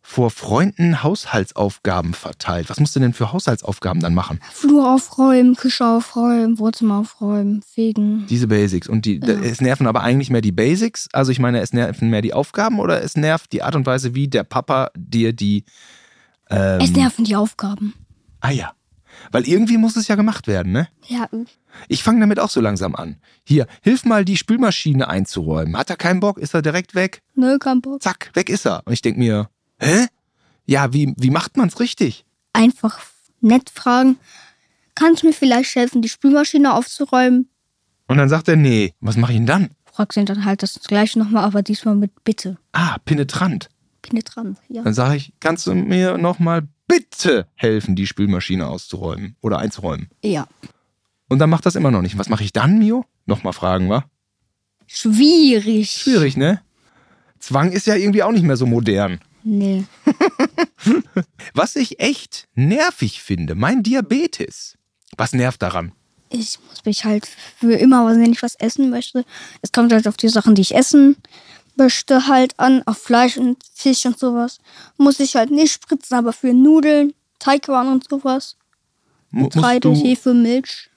Speaker 1: vor Freunden Haushaltsaufgaben verteilt. Was musst du denn für Haushaltsaufgaben dann machen?
Speaker 2: Flur aufräumen, Küche aufräumen, Wohnzimmer aufräumen, fegen.
Speaker 1: Diese Basics. Und die, es nerven aber eigentlich mehr die Basics. Also ich meine, es nerven mehr die Aufgaben oder es nervt die Art und Weise, wie der Papa dir die. Ähm,
Speaker 2: Es nerven die Aufgaben.
Speaker 1: ah ja. Weil irgendwie muss es ja gemacht werden, ne?
Speaker 2: Ja,
Speaker 1: Ich fange damit auch so langsam an. Hier, hilf mal, die Spülmaschine einzuräumen. Hat er keinen Bock? Ist er direkt weg?
Speaker 2: ne, kein Bock.
Speaker 1: zack, weg ist er. Und ich denke mir, hä? Ja, wie, wie macht man's richtig?
Speaker 2: Einfach f- nett fragen. Kannst du mir vielleicht helfen, die Spülmaschine aufzuräumen?
Speaker 1: Und dann sagt er, nee, was mache ich denn dann?
Speaker 2: Fragst ihn dann halt das gleiche nochmal, aber diesmal mit Bitte.
Speaker 1: Ah, penetrant.
Speaker 2: Penetrant, ja.
Speaker 1: Dann sage ich, kannst du mir nochmal bitte helfen, die Spülmaschine auszuräumen oder einzuräumen?
Speaker 2: Ja.
Speaker 1: Und dann macht das immer noch nicht. Was mache ich dann, Mio? Nochmal fragen, wa?
Speaker 2: Schwierig.
Speaker 1: Schwierig, ne? Zwang ist ja irgendwie auch nicht mehr so modern.
Speaker 2: Nee.
Speaker 1: Was ich echt nervig finde, mein Diabetes. Was nervt daran?
Speaker 2: ich muss mich halt für immer, wenn ich was essen möchte. Es kommt halt auf die Sachen, die ich essen möchte, halt an, auf Fleisch und Fisch und sowas. Muss ich halt nicht spritzen, aber für Nudeln, Teigwaren und sowas.
Speaker 1: Mu- musst,
Speaker 2: Getreide,
Speaker 1: du,
Speaker 2: Hefe, Milch.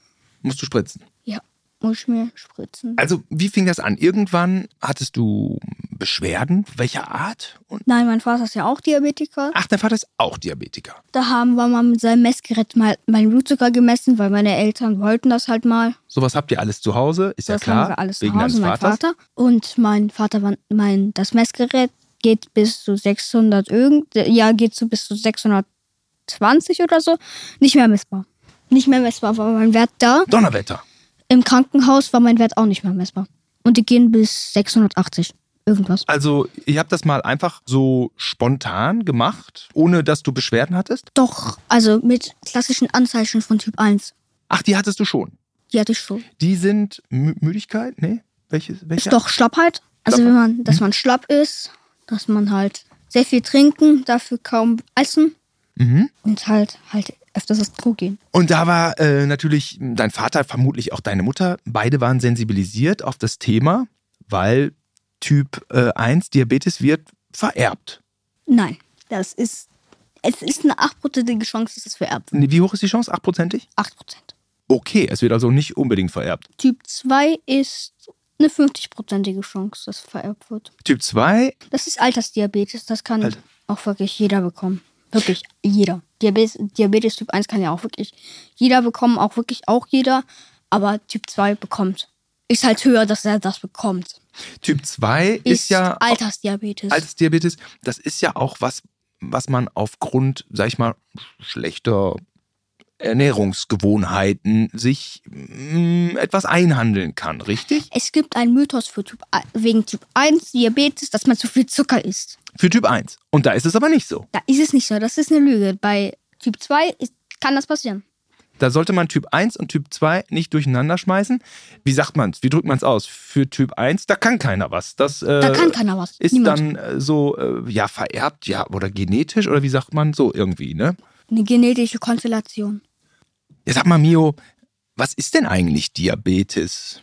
Speaker 1: musst du spritzen?
Speaker 2: Ja, muss ich mir spritzen.
Speaker 1: Also, wie fing das an? Irgendwann hattest du Beschwerden? Welcher Art? Und
Speaker 2: Nein, mein Vater ist ja auch Diabetiker.
Speaker 1: ach, dein Vater ist auch Diabetiker.
Speaker 2: Da haben wir mal mit seinem Messgerät mal meinen Blutzucker gemessen, weil meine Eltern wollten das halt mal.
Speaker 1: Sowas habt ihr alles zu Hause, ist
Speaker 2: Das
Speaker 1: ja klar.
Speaker 2: haben wir alles
Speaker 1: wegen
Speaker 2: zu Hause,
Speaker 1: deines
Speaker 2: mein
Speaker 1: Vaters.
Speaker 2: Vater. Und mein Vater, war, mein, das Messgerät geht bis zu 600 irgend, ja, geht zu bis zu 620 oder so. Nicht mehr messbar. Nicht mehr messbar war mein Wert da.
Speaker 1: Donnerwetter.
Speaker 2: Im Krankenhaus war mein Wert auch nicht mehr messbar. Und die gehen bis 680. Irgendwas.
Speaker 1: Also, ihr habt das mal einfach so spontan gemacht, ohne dass du Beschwerden hattest?
Speaker 2: Doch, also mit klassischen Anzeichen von Typ 1.
Speaker 1: Ach, die hattest du schon.
Speaker 2: Die hatte ich schon.
Speaker 1: Die sind Mü Müdigkeit? Nee? Welche? welche?
Speaker 2: Ist doch Schlappheit. Also
Speaker 1: Schlappheit. Mhm.
Speaker 2: wenn man, dass man schlapp ist, dass man halt sehr viel trinken, dafür kaum essen
Speaker 1: Mhm.
Speaker 2: und halt halt öfters ins Klo gehen.
Speaker 1: Und da war äh, natürlich dein Vater, vermutlich auch deine Mutter, beide waren sensibilisiert auf das Thema, weil Typ äh, 1 Diabetes wird vererbt.
Speaker 2: Nein, das ist es ist eine 8%ige Chance, dass es vererbt wird.
Speaker 1: Nee, Wie hoch ist die Chance? Achtprozentig?
Speaker 2: 8%.
Speaker 1: Okay, es wird also nicht unbedingt vererbt.
Speaker 2: Typ 2 ist eine 50%ige Chance, dass es vererbt wird.
Speaker 1: Typ 2,
Speaker 2: Das ist Altersdiabetes, das kann
Speaker 1: Alter.
Speaker 2: auch wirklich jeder bekommen. Wirklich jeder. Diabetes, Diabetes Typ 1 kann ja auch wirklich jeder bekommen, auch wirklich auch jeder, aber Typ 2 bekommt. Ist halt höher, dass er das bekommt.
Speaker 1: Typ 2 ist, ja
Speaker 2: Altersdiabetes.
Speaker 1: Altersdiabetes, das ist ja auch was, was man aufgrund, sag ich mal, schlechter Ernährungsgewohnheiten sich mm, etwas einhandeln kann, richtig?
Speaker 2: es gibt einen Mythos für typ, ei- wegen Typ 1 Diabetes, dass man zu viel Zucker isst.
Speaker 1: Für Typ 1. Und da ist es aber nicht so.
Speaker 2: Da ist es nicht so, das ist eine Lüge. Bei Typ 2 ist, kann das passieren.
Speaker 1: Da sollte man Typ 1 und Typ 2 nicht durcheinander schmeißen. Wie sagt man es? Wie drückt man es aus? Für Typ 1, da kann keiner was. Das, äh,
Speaker 2: Da kann keiner was.
Speaker 1: ist
Speaker 2: Niemand.
Speaker 1: dann äh, so, äh, ja, vererbt, ja, oder genetisch, oder wie sagt man so irgendwie, ne?
Speaker 2: eine genetische Konstellation.
Speaker 1: Ja, sag mal, Mio, was ist denn eigentlich Diabetes?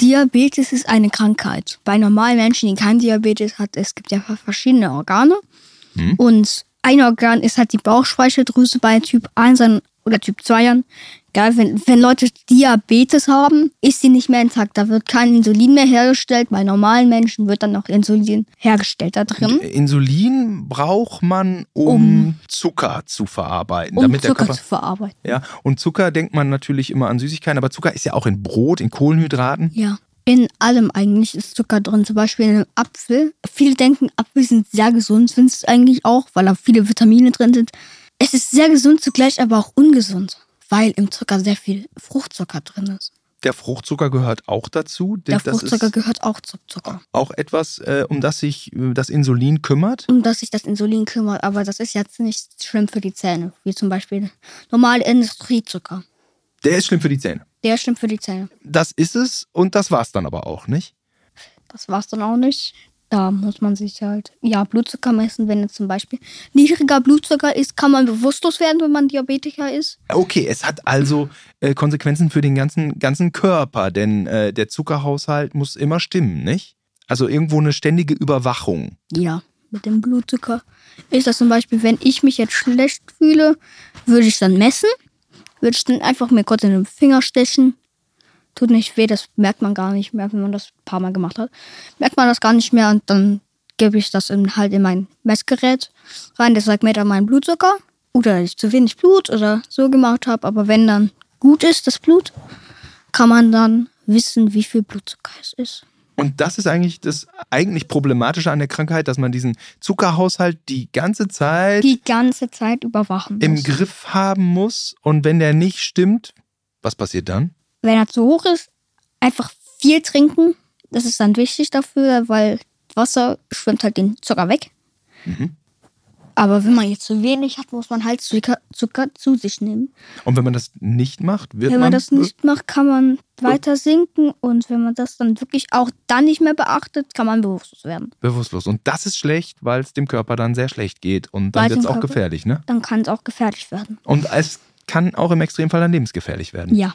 Speaker 2: Diabetes ist eine Krankheit. Bei normalen Menschen, die keinen Diabetes hat, es gibt ja verschiedene Organe.
Speaker 1: Mhm.
Speaker 2: Und ein Organ ist halt die Bauchspeicheldrüse bei Typ 1 oder Typ 2. Geil, wenn, wenn Leute Diabetes haben, ist sie nicht mehr intakt. Da wird kein Insulin mehr hergestellt. Bei normalen Menschen wird dann noch Insulin hergestellt da drin.
Speaker 1: äh, Insulin braucht man, um, Zucker zu verarbeiten.
Speaker 2: Um
Speaker 1: damit der
Speaker 2: Zucker
Speaker 1: Körper,
Speaker 2: zu verarbeiten.
Speaker 1: ja, und Zucker denkt man natürlich immer an Süßigkeiten, aber Zucker ist ja auch in Brot, in Kohlenhydraten.
Speaker 2: Ja. In allem eigentlich ist Zucker drin, zum Beispiel in einem Apfel. Viele denken, Apfel sind sehr gesund, sind es eigentlich auch, weil da viele Vitamine drin sind. Es ist sehr gesund zugleich, aber auch ungesund, weil im Zucker sehr viel Fruchtzucker drin ist.
Speaker 1: Der Fruchtzucker gehört auch dazu.
Speaker 2: Der
Speaker 1: das
Speaker 2: Fruchtzucker
Speaker 1: ist
Speaker 2: gehört auch zum Zucker.
Speaker 1: auch etwas, äh, um das sich äh, das Insulin kümmert.
Speaker 2: Um das sich das Insulin kümmert, aber das ist jetzt nicht schlimm für die Zähne, wie zum Beispiel normaler Industriezucker.
Speaker 1: Der ist schlimm für die Zähne.
Speaker 2: Der ist schlimm für die Zähne.
Speaker 1: Das ist es und das war's dann aber auch, nicht?
Speaker 2: Das war's dann auch nicht. Da muss man sich halt, ja, Blutzucker messen, wenn jetzt zum Beispiel niedriger Blutzucker ist, kann man bewusstlos werden, wenn man Diabetiker ist.
Speaker 1: Okay, es hat also äh, Konsequenzen für den ganzen, ganzen Körper, denn äh, der Zuckerhaushalt muss immer stimmen, nicht? Also irgendwo eine ständige Überwachung.
Speaker 2: Ja, mit dem Blutzucker ist das zum Beispiel, wenn ich mich jetzt schlecht fühle, würde ich dann messen, würde ich dann einfach mir kurz in den Finger stechen. Tut nicht weh, das merkt man gar nicht mehr, wenn man das ein paar Mal gemacht hat. Merkt man das gar nicht mehr und dann gebe ich das in, halt in mein Messgerät rein. Das sagt mir dann meinen Blutzucker oder ich zu wenig Blut oder so gemacht habe. Aber wenn dann gut ist, das Blut, kann man dann wissen, wie viel Blutzucker es ist.
Speaker 1: Und das ist eigentlich das eigentlich Problematische an der Krankheit, dass man diesen Zuckerhaushalt die ganze Zeit
Speaker 2: Die ganze Zeit überwachen.
Speaker 1: im
Speaker 2: muss.
Speaker 1: Griff haben muss. Und wenn der nicht stimmt, was passiert dann?
Speaker 2: wenn er zu hoch ist, einfach viel trinken. Das ist dann wichtig dafür, weil Wasser schwimmt halt den Zucker weg. Aber wenn man jetzt zu wenig hat, muss man halt Zucker, Zucker zu sich nehmen.
Speaker 1: Und wenn man das nicht macht, wird
Speaker 2: Wenn man das nicht macht, kann man weiter sinken. Und wenn man das dann wirklich auch dann nicht mehr beachtet, kann man bewusstlos werden.
Speaker 1: bewusstlos. Und das ist schlecht, weil es dem Körper dann sehr schlecht geht. Und dann
Speaker 2: Weil
Speaker 1: wird es
Speaker 2: dem
Speaker 1: auch
Speaker 2: Körper-
Speaker 1: gefährlich, ne?
Speaker 2: Dann kann es auch gefährlich werden.
Speaker 1: Und es kann auch im Extremfall dann lebensgefährlich werden.
Speaker 2: Ja.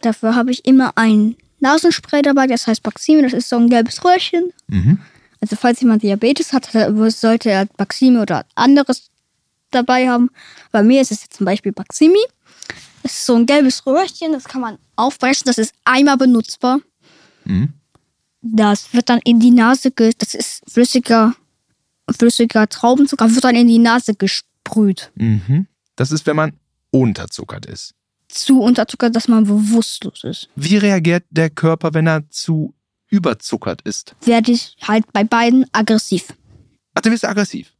Speaker 2: Dafür habe ich immer ein Nasenspray dabei, das heißt Baxime, das ist so ein gelbes Röhrchen.
Speaker 1: Mhm.
Speaker 2: Also falls jemand Diabetes hat, hat er- sollte er Baxime oder anderes dabei haben. Bei mir ist es jetzt zum Beispiel Baximi. Das ist so ein gelbes Röhrchen, das kann man aufbrechen, das ist einmal benutzbar. Das wird dann in die Nase, ge das ist flüssiger, flüssiger Traubenzucker, wird dann in die Nase gesprüht.
Speaker 1: Mhm. Das ist, wenn man unterzuckert ist.
Speaker 2: Zu unterzuckert, dass man bewusstlos ist.
Speaker 1: Wie reagiert der Körper, wenn er zu überzuckert ist?
Speaker 2: werde ich halt bei beiden aggressiv.
Speaker 1: Ach, dann wirst du aggressiv.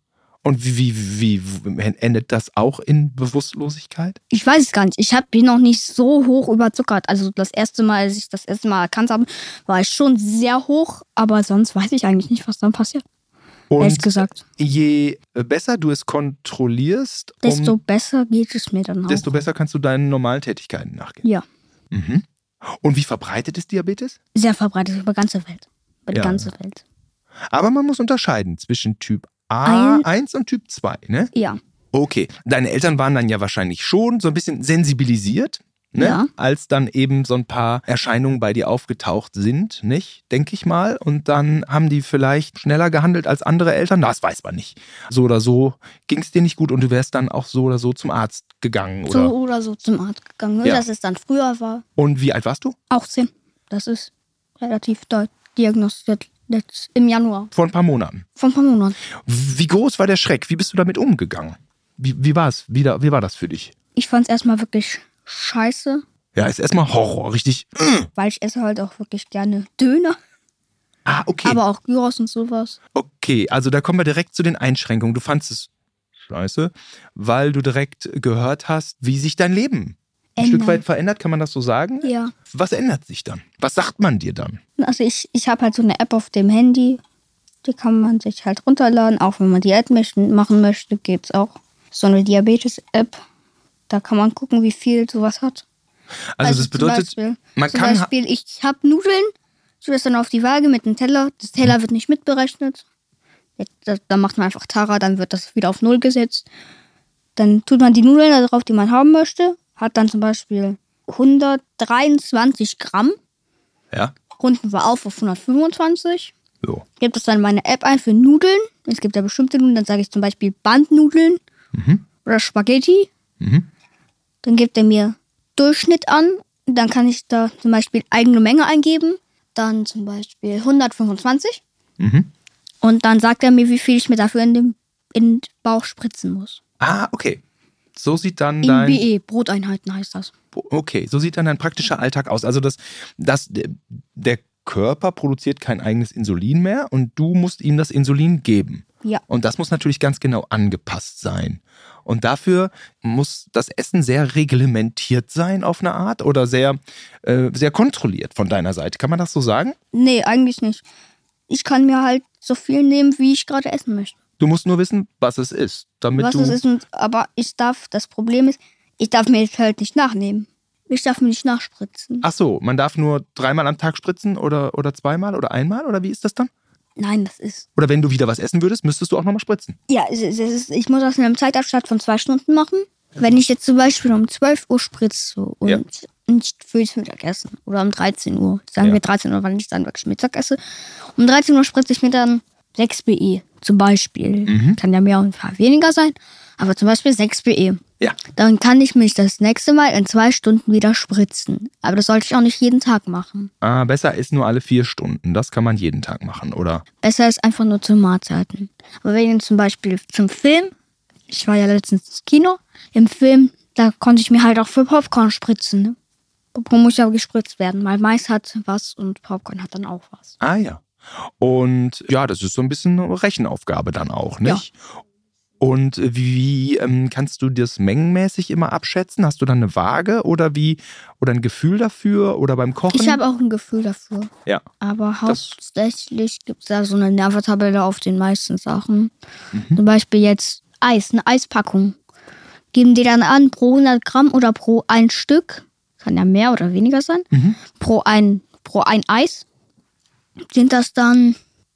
Speaker 1: Und wie, wie, wie, wie endet das auch in Bewusstlosigkeit?
Speaker 2: Ich weiß es gar nicht. Ich hab, bin noch nicht so hoch überzuckert. Also das erste Mal, als ich das erste Mal erkannt habe, war ich schon sehr hoch. Aber sonst weiß ich eigentlich nicht, was dann passiert. ehrlich
Speaker 1: Und
Speaker 2: gesagt.
Speaker 1: je äh, besser du es kontrollierst,
Speaker 2: Desto
Speaker 1: um,
Speaker 2: besser geht es mir dann auch.
Speaker 1: desto besser kannst du deinen normalen Tätigkeiten nachgehen.
Speaker 2: Ja.
Speaker 1: Mhm. Und wie verbreitet ist Diabetes?
Speaker 2: Sehr verbreitet über ganze Welt. Über die
Speaker 1: Ja.
Speaker 2: ganze Welt.
Speaker 1: Aber man muss unterscheiden zwischen Typ A1 und Typ 2, ne?
Speaker 2: Ja.
Speaker 1: Okay, deine Eltern waren dann ja wahrscheinlich schon so ein bisschen sensibilisiert, ne?
Speaker 2: Ja.
Speaker 1: als dann eben so ein paar Erscheinungen bei dir aufgetaucht sind, nicht? Denke ich mal. Und dann haben die vielleicht schneller gehandelt als andere Eltern. Das weiß man nicht. So oder so ging es dir nicht gut und du wärst dann auch so oder so zum Arzt gegangen,
Speaker 2: So
Speaker 1: oder?
Speaker 2: oder so zum Arzt gegangen. Nur,
Speaker 1: Ja.
Speaker 2: dass es dann früher war.
Speaker 1: Und wie alt warst du?
Speaker 2: Auch 10. Das ist relativ doll diagnostiziert. Letzt, Im Januar.
Speaker 1: Vor ein paar Monaten.
Speaker 2: Vor ein paar Monaten.
Speaker 1: Wie groß war der Schreck? Wie bist du damit umgegangen? Wie, wie war es? Wie, da- wie war das für dich?
Speaker 2: Ich fand es erstmal wirklich scheiße,
Speaker 1: Ja, ist erstmal Horror, richtig.
Speaker 2: weil ich esse halt auch wirklich gerne Döner,
Speaker 1: Ah, okay.
Speaker 2: aber auch Gyros und sowas.
Speaker 1: Okay, also da kommen wir direkt zu den Einschränkungen. Du fandst es scheiße, weil du direkt gehört hast, wie sich dein Leben ein
Speaker 2: Ändert.
Speaker 1: Stück weit verändert, kann man das so sagen?
Speaker 2: Ja.
Speaker 1: Was ändert sich dann? Was sagt man dir dann?
Speaker 2: Also ich, ich habe halt so eine App auf dem Handy, die kann man sich halt runterladen, auch wenn man Diät möchten, machen möchte, geht's auch. So eine Diabetes-App, da kann man gucken, wie viel sowas hat.
Speaker 1: Also, das bedeutet,
Speaker 2: zum Beispiel,
Speaker 1: man
Speaker 2: zum
Speaker 1: kann ha-
Speaker 2: Beispiel ich habe Nudeln, ich tue das dann auf die Waage mit dem Teller, das Teller
Speaker 1: Hm.
Speaker 2: wird nicht mitberechnet. Ja, da- Dann macht man einfach Tara, dann wird das wieder auf Null gesetzt. Dann tut man die Nudeln da drauf, die man haben möchte, hat dann zum Beispiel 123 Gramm,
Speaker 1: ja,
Speaker 2: runden wir auf auf 125,
Speaker 1: so.
Speaker 2: gebe das dann in meine App ein für Nudeln. Es gibt ja bestimmte Nudeln, dann sage ich zum Beispiel Bandnudeln oder Spaghetti.
Speaker 1: Mhm.
Speaker 2: Dann gibt er mir Durchschnitt an. Dann kann ich da zum Beispiel eigene Menge eingeben. Dann zum Beispiel 125.
Speaker 1: Mhm.
Speaker 2: Und dann sagt er mir, wie viel ich mir dafür in den, in den Bauch spritzen muss.
Speaker 1: Ah, okay. So sieht dann
Speaker 2: In
Speaker 1: dein
Speaker 2: BE, Broteinheiten heißt das.
Speaker 1: Okay, so sieht dann dein praktischer Alltag aus. Also das, das, der Körper produziert kein eigenes Insulin mehr und du musst ihm das Insulin geben.
Speaker 2: Ja.
Speaker 1: Und das muss natürlich ganz genau angepasst sein. Und dafür muss das Essen sehr reglementiert sein auf eine Art oder sehr, äh, sehr kontrolliert von deiner Seite. Kann man das so sagen?
Speaker 2: Nee, eigentlich nicht. Ich kann mir halt so viel nehmen, wie ich gerade essen möchte.
Speaker 1: Du musst nur wissen, was es ist, damit
Speaker 2: Was
Speaker 1: du
Speaker 2: das ist, und, aber ich darf, das Problem ist, ich darf mir jetzt halt nicht nachnehmen. Ich darf mir nicht nachspritzen.
Speaker 1: Ach so, man darf nur dreimal am Tag spritzen oder, oder zweimal oder einmal oder wie ist das dann?
Speaker 2: Nein, das ist.
Speaker 1: Oder wenn du wieder was essen würdest, müsstest du auch nochmal spritzen.
Speaker 2: Ja, es ist, es ist, ich muss das in einem Zeitabstand von zwei Stunden machen. Wenn ich jetzt zum Beispiel um 12 Uhr spritze und
Speaker 1: Ja.
Speaker 2: nicht fürs Mittagessen oder um 13 Uhr, sagen
Speaker 1: Ja.
Speaker 2: wir 13 Uhr, wann ich dann wirklich Mittag esse, um 13 Uhr spritze ich mir dann 6 BE zum Beispiel.
Speaker 1: Mhm.
Speaker 2: Kann ja mehr und paar weniger sein, aber zum Beispiel E. 6 BE.
Speaker 1: Ja.
Speaker 2: Dann kann ich mich das nächste Mal in zwei Stunden wieder spritzen. Aber das sollte ich auch nicht jeden Tag machen.
Speaker 1: Ah, besser ist nur alle vier Stunden. Das kann man jeden Tag machen, oder?
Speaker 2: Besser ist einfach nur zu Mahlzeiten. Aber wenn jetzt zum Beispiel zum Film, ich war ja letztens ins Kino, im Film, da konnte ich mir halt auch für Popcorn spritzen. Ne? Popcorn muss ja gespritzt werden, weil Mais hat was und Popcorn hat dann auch was.
Speaker 1: Ah ja. Und äh, ja, das ist so ein bisschen eine Rechenaufgabe dann auch, nicht? Und wie ähm, kannst du das mengenmäßig immer abschätzen? Hast du dann eine Waage oder wie oder ein Gefühl dafür oder beim Kochen?
Speaker 2: Ich habe auch ein Gefühl dafür.
Speaker 1: ja.
Speaker 2: Aber
Speaker 1: Das-
Speaker 2: hauptsächlich gibt es da so eine Nervetabelle auf den meisten Sachen. Zum Beispiel jetzt Eis, eine Eispackung. Geben die dann an pro 100 Gramm oder pro ein Stück, kann ja mehr oder weniger sein, pro, ein, pro ein Eis sind das dann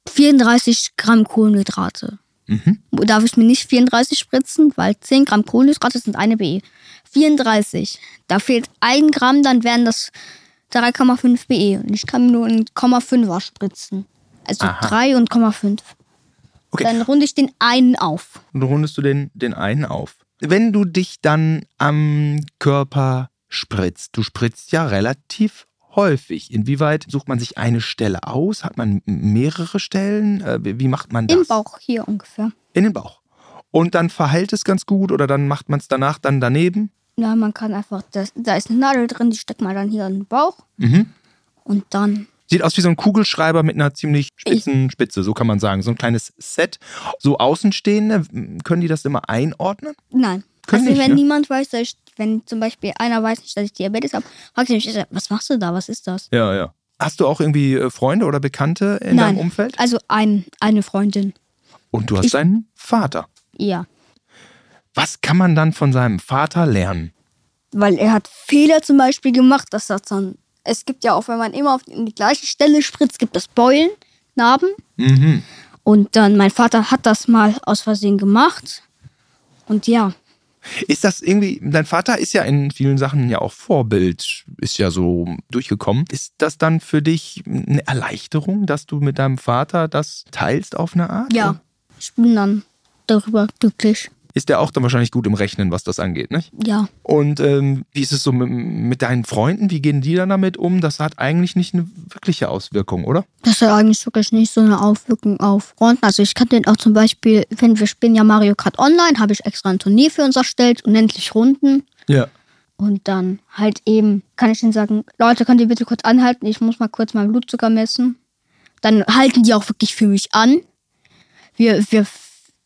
Speaker 2: 34 Gramm Kohlenhydrate.
Speaker 1: Mhm.
Speaker 2: Darf ich mir nicht 34 spritzen, weil 10 Gramm Kohlenhydrate sind eine BE. 34. Da fehlt 1 Gramm, dann wären das 3,5 BE. Und ich kann mir nur einen 0,5er spritzen. Also
Speaker 1: Aha.
Speaker 2: 3 und 0,5.
Speaker 1: Okay.
Speaker 2: Dann runde ich den einen auf.
Speaker 1: Und rundest du den, den einen auf. Wenn du dich dann am Körper spritzt, du spritzt ja relativ häufig. Inwieweit sucht man sich eine Stelle aus? Hat man mehrere Stellen? Äh, Wie wie macht man das?
Speaker 2: Im Bauch hier ungefähr.
Speaker 1: in den Bauch. Und dann verhält es ganz gut oder dann macht man es danach dann daneben.
Speaker 2: Ja,
Speaker 1: Mhm.
Speaker 2: man kann einfach, das, da ist eine Nadel drin, die steckt man dann hier in den Bauch. Und dann
Speaker 1: Sieht aus wie so ein Kugelschreiber mit einer ziemlich spitzen Spitze, so kann man sagen. So ein kleines Set. So Außenstehende, können die das immer einordnen?
Speaker 2: Nein.
Speaker 1: Können
Speaker 2: also
Speaker 1: nicht,
Speaker 2: wenn
Speaker 1: ne?
Speaker 2: niemand weiß, dass ich, wenn zum Beispiel einer weiß nicht, dass ich Diabetes habe, fragt er mich, ist er, was machst du da, was ist das?
Speaker 1: Ja, ja. Hast du auch irgendwie äh, Freunde oder Bekannte in
Speaker 2: Nein.
Speaker 1: deinem Umfeld?
Speaker 2: Also ein, eine Freundin,
Speaker 1: Und du hast
Speaker 2: Ich-
Speaker 1: deinen Vater.
Speaker 2: ja.
Speaker 1: Was kann man dann von seinem Vater lernen?
Speaker 2: Weil er hat Fehler zum Beispiel gemacht, dass das dann, es gibt ja auch, wenn man immer auf in die gleiche Stelle spritzt, gibt es Beulen, Narben.
Speaker 1: Mhm.
Speaker 2: Und dann, mein Vater hat das mal aus Versehen gemacht. Und ja,
Speaker 1: Ist das irgendwie, dein Vater ist ja in vielen Sachen ja auch Vorbild, ist ja so durchgekommen. Ist das dann für dich eine Erleichterung, dass du mit deinem Vater das teilst auf eine Art?
Speaker 2: ja, ich bin dann darüber glücklich.
Speaker 1: Ist der auch dann wahrscheinlich gut im Rechnen, was das angeht, nicht?
Speaker 2: Ja,
Speaker 1: Und ähm, wie ist es so mit, mit deinen Freunden? Wie gehen die dann damit um? Das hat eigentlich nicht eine wirkliche Auswirkung, oder?
Speaker 2: das hat eigentlich wirklich nicht so eine Aufwirkung auf Fronten. Also ich kann den auch zum Beispiel, wenn wir spielen ja Mario Kart Online, habe ich extra ein Turnier für uns erstellt, unendlich Runden.
Speaker 1: Ja.
Speaker 2: Und dann halt eben, kann ich denen sagen, Leute, könnt ihr bitte kurz anhalten, ich muss mal kurz meinen Blutzucker messen. Dann halten die auch wirklich für mich an. Wir, wir,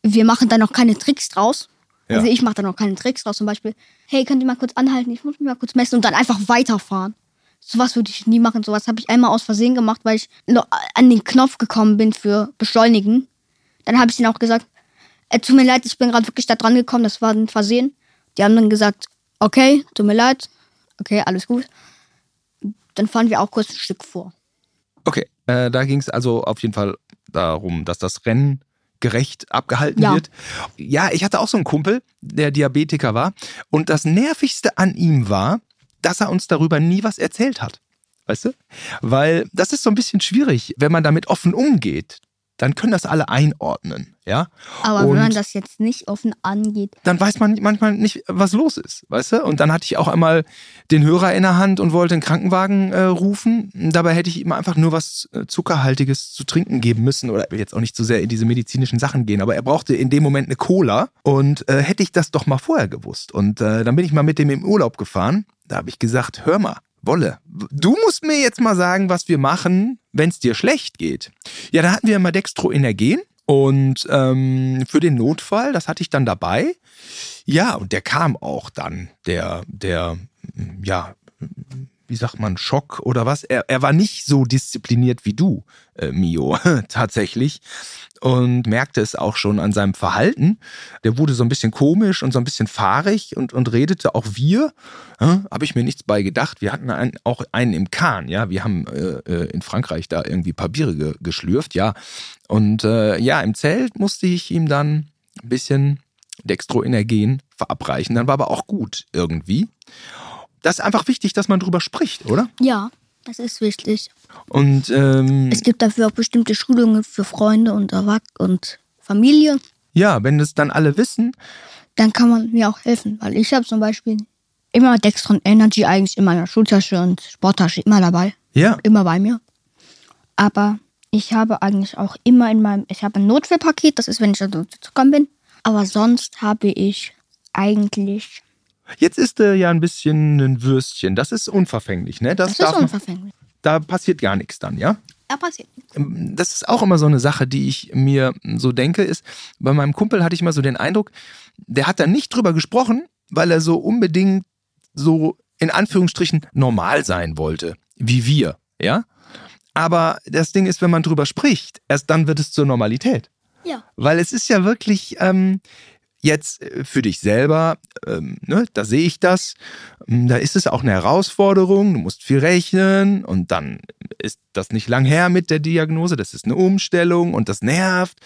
Speaker 2: wir machen dann auch keine Tricks draus.
Speaker 1: Ja.
Speaker 2: Also ich mache dann auch keine Tricks draus. Zum Beispiel, hey, könnt ihr mal kurz anhalten, ich muss mich mal kurz messen und dann einfach weiterfahren. Sowas würde ich nie machen. Sowas habe ich einmal aus Versehen gemacht, weil ich lo- an den Knopf gekommen bin für Beschleunigen. Dann habe ich denen auch gesagt, äh, tut mir leid, ich bin gerade wirklich da dran gekommen, das war ein Versehen. Die haben dann gesagt, okay, tut mir leid, okay, alles gut. Dann fahren wir auch kurz ein Stück vor.
Speaker 1: Okay, äh, da ging es also auf jeden Fall darum, dass das Rennen gerecht abgehalten
Speaker 2: Ja.
Speaker 1: wird. Ja, ich hatte auch so einen Kumpel, der Diabetiker war. Und das Nervigste an ihm war, dass er uns darüber nie was erzählt hat. Weißt du? Weil das ist so ein bisschen schwierig, wenn man damit offen umgeht. Dann können das alle einordnen, ja?
Speaker 2: Aber
Speaker 1: Und-
Speaker 2: wenn man das jetzt nicht offen angeht,
Speaker 1: dann weiß man manchmal nicht, was los ist, weißt du? Und dann hatte ich auch einmal den Hörer in der Hand und wollte einen Krankenwagen äh, rufen. Dabei hätte ich ihm einfach nur was äh, Zuckerhaltiges zu trinken geben müssen oder ich will jetzt auch nicht so sehr in diese medizinischen Sachen gehen, aber er brauchte in dem Moment eine Cola und äh, hätte ich das doch mal vorher gewusst. Und äh, dann bin ich mal mit dem im Urlaub gefahren. Da habe ich gesagt, hör mal, Wolle, du musst mir jetzt mal sagen, was wir machen, wenn es dir schlecht geht. Ja, da hatten wir mal Dextroenergen und ähm, für den Notfall, das hatte ich dann dabei. Ja, und der kam auch dann, der, der, mm, ja, mm, wie sagt man, Schock oder was? Er, er war nicht so diszipliniert wie du, äh, Mio, tatsächlich. Und merkte es auch schon an seinem Verhalten. Der wurde so ein bisschen komisch und so ein bisschen fahrig und, und redete auch wir. Äh, Habe ich mir nichts bei gedacht. Wir hatten einen, auch einen im Kahn, ja. Wir haben äh, äh, in Frankreich da irgendwie ein paar Biere ge, geschlürft, ja. Und äh, ja, im Zelt musste ich ihm dann ein bisschen Dextroenergen verabreichen. Dann war aber auch gut irgendwie. Das ist einfach wichtig, dass man drüber spricht, oder?
Speaker 2: ja, das ist wichtig.
Speaker 1: Und ähm,
Speaker 2: Es gibt dafür auch bestimmte Schulungen für Freunde und Erwach und Familie.
Speaker 1: ja, wenn das dann alle wissen,
Speaker 2: Dann kann man mir auch helfen, weil ich habe zum Beispiel immer Dextron Energy eigentlich in meiner Schultasche und Sporttasche immer dabei.
Speaker 1: ja,
Speaker 2: immer bei mir. Aber ich habe eigentlich auch immer in meinem, ich habe ein Notfallpaket, das ist, wenn ich da zukommen bin. Aber sonst habe ich eigentlich,
Speaker 1: jetzt ist er ja ein bisschen ein Würstchen. Das ist unverfänglich, ne? Das,
Speaker 2: das,
Speaker 1: darf
Speaker 2: ist
Speaker 1: man-
Speaker 2: unverfänglich.
Speaker 1: Da passiert gar nichts dann, ja?
Speaker 2: Ja, passiert.
Speaker 1: Ähm, das ist auch immer so eine Sache, die ich mir so denke, ist, bei meinem Kumpel hatte ich immer so den Eindruck, der hat da nicht drüber gesprochen, weil er so unbedingt so in Anführungsstrichen normal sein wollte, wie wir, ja? Aber das Ding ist, wenn man drüber spricht, erst dann wird es zur Normalität.
Speaker 2: Ja.
Speaker 1: Weil es ist ja wirklich ähm, jetzt äh, für dich selber, ähm, ne, da sehe ich das, ähm, da ist es auch eine Herausforderung, du musst viel rechnen und dann ist das nicht lang her mit der Diagnose, das ist eine Umstellung und das nervt.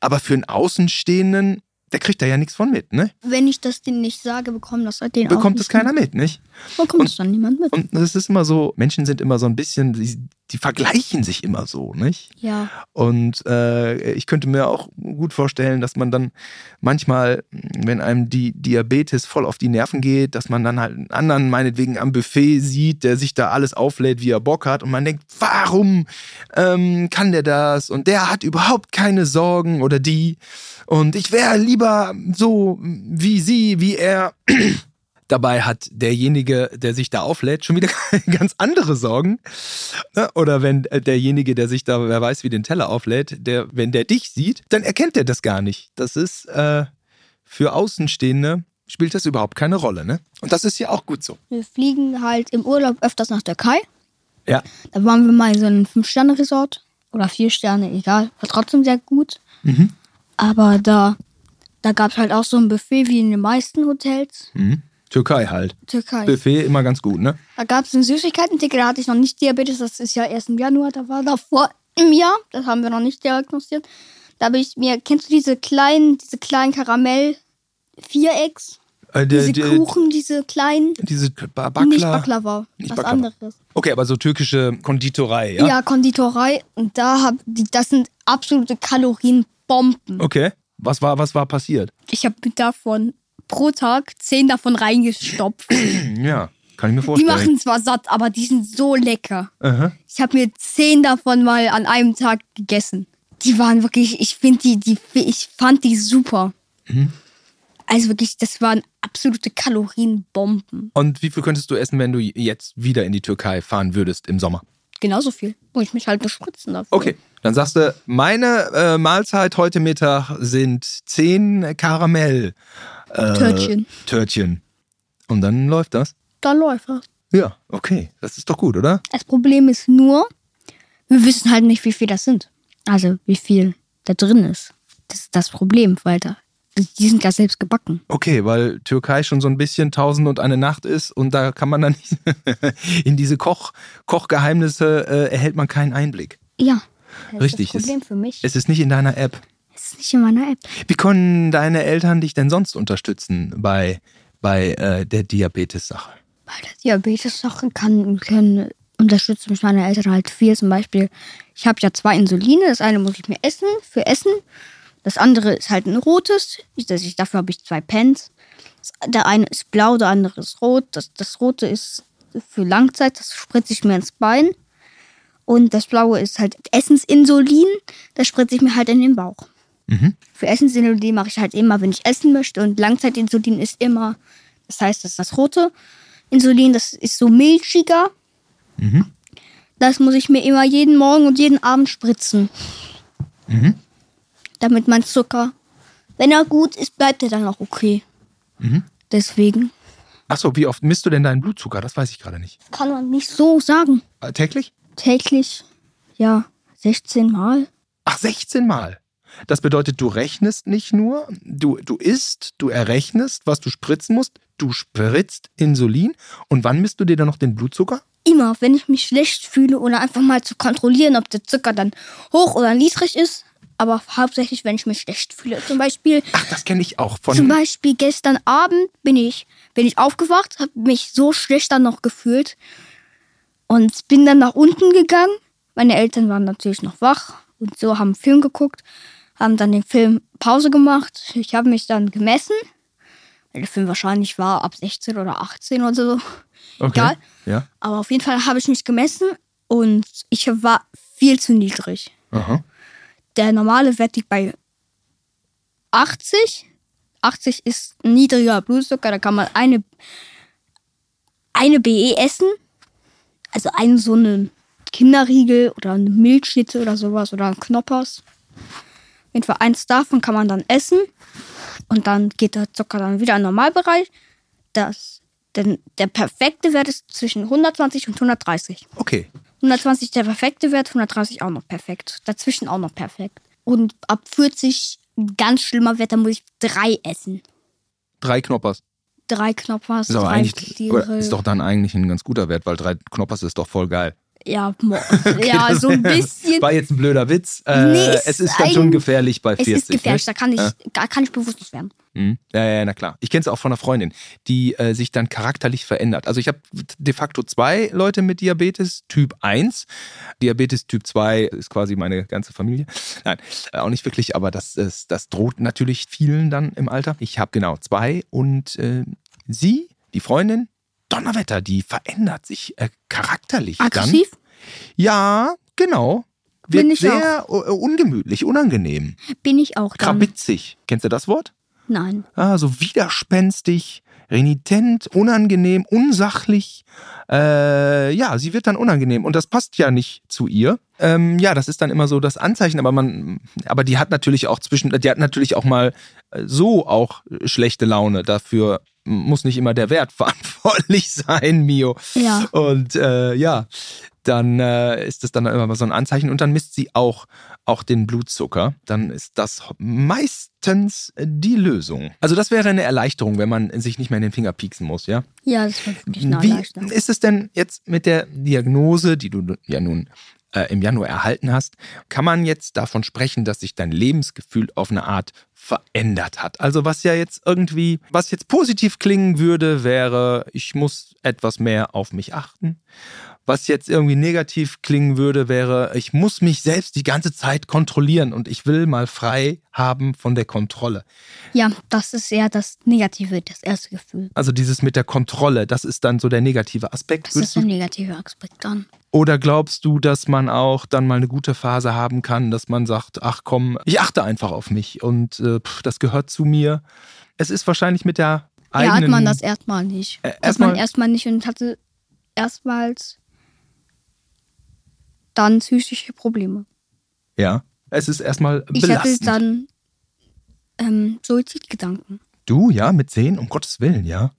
Speaker 1: Aber für einen Außenstehenden, der kriegt da ja nichts von mit, ne?
Speaker 2: Wenn ich das denen nicht sage, bekommen das halt den auch
Speaker 1: Bekommt
Speaker 2: nicht ne?
Speaker 1: es keiner mit, nicht?
Speaker 2: mit. Bekommt es dann niemand mit.
Speaker 1: Und es ist immer so, Menschen sind immer so ein bisschen, die, die vergleichen sich immer so, nicht?
Speaker 2: Ja,
Speaker 1: Und äh, ich könnte mir auch gut vorstellen, dass man dann manchmal, wenn einem die Diabetes voll auf die Nerven geht, dass man dann halt einen anderen meinetwegen am Buffet sieht, der sich da alles auflädt, wie er Bock hat. Und man denkt, warum ähm, kann der das? Und der hat überhaupt keine Sorgen oder die. Und ich wäre lieber so wie sie, wie er. Dabei hat derjenige, der sich da auflädt, schon wieder ganz andere Sorgen. Ne? Oder wenn derjenige, der sich da, wer weiß, wie den Teller auflädt, der, wenn der dich sieht, dann erkennt er das gar nicht. Das ist äh, für Außenstehende spielt das überhaupt keine Rolle, ne? Und das ist ja auch gut so.
Speaker 2: Wir fliegen halt im Urlaub öfters nach Türkei.
Speaker 1: Ja.
Speaker 2: Da waren wir mal in so einem Fünf-Sterne-Resort. Oder vier Sterne, egal. War trotzdem sehr gut.
Speaker 1: Mhm.
Speaker 2: Aber da, da gab es halt auch so ein Buffet wie in den meisten Hotels.
Speaker 1: Mhm. Türkei halt.
Speaker 2: Türkei.
Speaker 1: Buffet immer ganz gut, ne?
Speaker 2: Da gab es einen Süßigkeiten-Ticket, da hatte ich noch nicht Diabetes, das ist ja erst im Januar, da war davor im Jahr, das haben wir noch nicht diagnostiziert. Da habe ich mir, kennst du diese kleinen, diese kleinen Karamell-Vierecks?
Speaker 1: Äh, der-
Speaker 2: Diese
Speaker 1: der-
Speaker 2: Kuchen, diese kleinen.
Speaker 1: Diese Ba-
Speaker 2: Nicht
Speaker 1: Backler.
Speaker 2: Baklava,
Speaker 1: Nicht
Speaker 2: was
Speaker 1: Baklava.
Speaker 2: anderes.
Speaker 1: Okay, aber so türkische Konditorei,
Speaker 2: Ja.
Speaker 1: ja?
Speaker 2: Konditorei. Und da hab, die, das sind absolute Kalorienbomben.
Speaker 1: Okay. Was war, was war passiert?
Speaker 2: Ich habe davon pro Tag zehn davon reingestopft.
Speaker 1: Ja, kann ich mir
Speaker 2: Die
Speaker 1: vorstellen.
Speaker 2: machen zwar satt, aber die sind so lecker.
Speaker 1: Aha.
Speaker 2: Ich habe mir zehn davon mal an einem Tag gegessen. Die waren wirklich, ich finde die, die, ich fand die super.
Speaker 1: Mhm.
Speaker 2: Also wirklich, das waren absolute Kalorienbomben.
Speaker 1: Und wie viel könntest du essen, wenn du jetzt wieder in die Türkei fahren würdest im Sommer?
Speaker 2: Genauso viel. Muss ich mich halt bespritzen dafür.
Speaker 1: Okay, dann sagst du, meine äh, Mahlzeit heute Mittag sind 10 Karamell. Äh,
Speaker 2: Törtchen.
Speaker 1: Törtchen. Und dann läuft das?
Speaker 2: Da läuft das.
Speaker 1: Ja, okay. Das ist doch gut, oder?
Speaker 2: Das Problem ist nur, wir wissen halt nicht, wie viel das sind. Also, wie viel da drin ist. Das ist das Problem, Walter. Die die sind ja selbst gebacken.
Speaker 1: Okay, weil Türkei schon so ein bisschen Tausend und eine Nacht ist und da kann man dann nicht in diese Koch, Kochgeheimnisse äh, erhält man keinen Einblick.
Speaker 2: Ja. Das
Speaker 1: Richtig,
Speaker 2: Ist das Problem
Speaker 1: es-
Speaker 2: für mich.
Speaker 1: Es ist nicht in deiner App.
Speaker 2: Es ist nicht in meiner App.
Speaker 1: Wie können deine Eltern dich denn sonst unterstützen bei, bei äh, der Diabetes-Sache?
Speaker 2: Bei der Diabetes-Sache kann, können, unterstützen mich meine Eltern halt viel. Zum Beispiel, ich habe ja zwei Insuline. Das eine muss ich mir essen, für Essen. Das andere ist halt ein rotes. Ich, das, ich, dafür habe ich zwei Pens. Das, der eine ist blau, der andere ist rot. Das, das rote ist für Langzeit. Das spritze ich mir ins Bein. Und das blaue ist halt Essensinsulin. Das spritze ich mir halt in den Bauch. Für Essensinsulin mache ich halt immer, wenn ich essen möchte. Und Langzeitinsulin ist immer, das heißt, das ist das rote. Insulin, das ist so milchiger. Das muss ich mir immer jeden Morgen und jeden Abend spritzen. Damit mein Zucker, wenn er gut ist, bleibt er dann auch okay. Deswegen
Speaker 1: Achso, wie oft misst du denn deinen Blutzucker? Das weiß ich gerade nicht.
Speaker 2: kann man nicht so sagen.
Speaker 1: Äh, täglich?
Speaker 2: Täglich, ja, 16 Mal.
Speaker 1: Ach, 16 Mal. Das bedeutet, du rechnest nicht nur, du, du isst, du errechnest, was du spritzen musst, du spritzt Insulin und wann misst du dir dann noch den Blutzucker?
Speaker 2: Immer, wenn ich mich schlecht fühle oder einfach mal zu kontrollieren, ob der Zucker dann hoch oder niedrig ist. Aber hauptsächlich, wenn ich mich schlecht fühle. Zum Beispiel,
Speaker 1: Ach, das kenne ich auch
Speaker 2: Zum
Speaker 1: von.
Speaker 2: Beispiel gestern Abend bin ich, bin ich aufgewacht, habe mich so schlecht dann noch gefühlt und bin dann nach unten gegangen. Meine Eltern waren natürlich noch wach und so haben Film geguckt, haben dann den Film Pause gemacht. Ich habe mich dann gemessen, weil der Film wahrscheinlich war ab 16 oder 18 oder so. Egal.
Speaker 1: Ja.
Speaker 2: Aber auf jeden Fall habe ich mich gemessen und ich war viel zu niedrig.
Speaker 1: Aha.
Speaker 2: Der normale Wert liegt bei 80. 80 ist ein niedriger Blutzucker, da kann man eine, eine BE essen. Also einen so einen Kinderriegel oder eine Milchschnitte oder sowas oder einen Knoppers. Auf jeden Fall eins davon kann man dann essen. Und dann geht der Zucker dann wieder in den Normalbereich. Das, denn der perfekte Wert ist zwischen 120 und 130.
Speaker 1: Okay.
Speaker 2: 120 der perfekte Wert, 130 auch noch perfekt. Dazwischen auch noch perfekt. Und ab 40 ein ganz schlimmer Wert, da muss ich drei essen.
Speaker 1: Drei Knoppers.
Speaker 2: Drei Knoppers,
Speaker 1: Ist, aber
Speaker 2: drei
Speaker 1: eigentlich, oder
Speaker 2: Tiere.
Speaker 1: ist doch dann eigentlich ein ganz guter Wert, weil drei Knoppers ist doch voll geil.
Speaker 2: ja, mo- ja,
Speaker 1: das-
Speaker 2: so ein bisschen.
Speaker 1: War jetzt ein blöder Witz. Äh,
Speaker 2: Nee,
Speaker 1: es,
Speaker 2: es
Speaker 1: ist
Speaker 2: ist
Speaker 1: dann schon
Speaker 2: ein-
Speaker 1: gefährlich bei
Speaker 2: Es
Speaker 1: 40.
Speaker 2: ist gefährlich,
Speaker 1: ne?
Speaker 2: da kann ich,
Speaker 1: Ja.
Speaker 2: da kann ich bewusst nicht werden.
Speaker 1: Mhm. Ja, ja, na klar. Ich kenne es auch von einer Freundin, die äh, sich dann charakterlich verändert. Also ich habe de facto zwei Leute mit Diabetes Typ 1. Diabetes Typ 2 ist quasi meine ganze Familie. Nein, äh, auch nicht wirklich, aber das, ist, das droht natürlich vielen dann im Alter. Ich habe genau zwei und äh, sie, die Freundin, Donnerwetter, die verändert sich äh, charakterlich
Speaker 2: Aggressiv?
Speaker 1: dann. Ja, genau. Wird
Speaker 2: Bin ich
Speaker 1: sehr äh, ungemütlich, unangenehm,
Speaker 2: Bin ich auch dann.
Speaker 1: krabitzig. Kennst du das Wort?
Speaker 2: Nein.
Speaker 1: ah, so widerspenstig, renitent, unangenehm, unsachlich. Äh, ja, sie wird dann unangenehm und das passt ja nicht zu ihr. Ähm, ja, das ist dann immer so das Anzeichen, aber man, aber die hat natürlich auch zwischen, die hat natürlich auch mal äh, so auch schlechte Laune. Dafür muss nicht immer der Wert verantwortlich sein, Mio.
Speaker 2: Ja.
Speaker 1: Und äh, ja, dann äh, ist das dann immer mal so ein Anzeichen und dann misst sie auch, auch den Blutzucker. Dann ist das meistens die Lösung. Also das wäre eine Erleichterung, wenn man sich nicht mehr in den Finger pieksen muss, ja?
Speaker 2: Ja, das war wirklich eine
Speaker 1: Wie
Speaker 2: Erleichterung.
Speaker 1: ist es denn jetzt mit der Diagnose, die du ja nun äh, im Januar erhalten hast? Kann man jetzt davon sprechen, dass sich dein Lebensgefühl auf eine Art verändert hat? Also was ja jetzt irgendwie, was jetzt positiv klingen würde, wäre, ich muss etwas mehr auf mich achten. Was jetzt irgendwie negativ klingen würde, wäre, ich muss mich selbst die ganze Zeit kontrollieren und ich will mal frei haben von der Kontrolle.
Speaker 2: Ja, das ist eher das Negative, das erste Gefühl.
Speaker 1: Also dieses mit der Kontrolle, das ist dann so der negative Aspekt.
Speaker 2: Das
Speaker 1: Würdest
Speaker 2: ist
Speaker 1: du
Speaker 2: der negative Aspekt dann.
Speaker 1: Oder glaubst du, dass man auch dann mal eine gute Phase haben kann, dass man sagt, ach komm, ich achte einfach auf mich und äh, pff, das gehört zu mir? Es ist wahrscheinlich mit der eigenen...
Speaker 2: ja, hat man das erstmal nicht.
Speaker 1: Äh,
Speaker 2: hat man
Speaker 1: erstmal-
Speaker 2: erstmal nicht und hatte erstmals dann psychische Probleme.
Speaker 1: Ja, es ist erstmal
Speaker 2: Ich hatte
Speaker 1: belastend.
Speaker 2: dann ähm, Suizidgedanken.
Speaker 1: du, ja, mit zehn, um Gottes Willen, ja.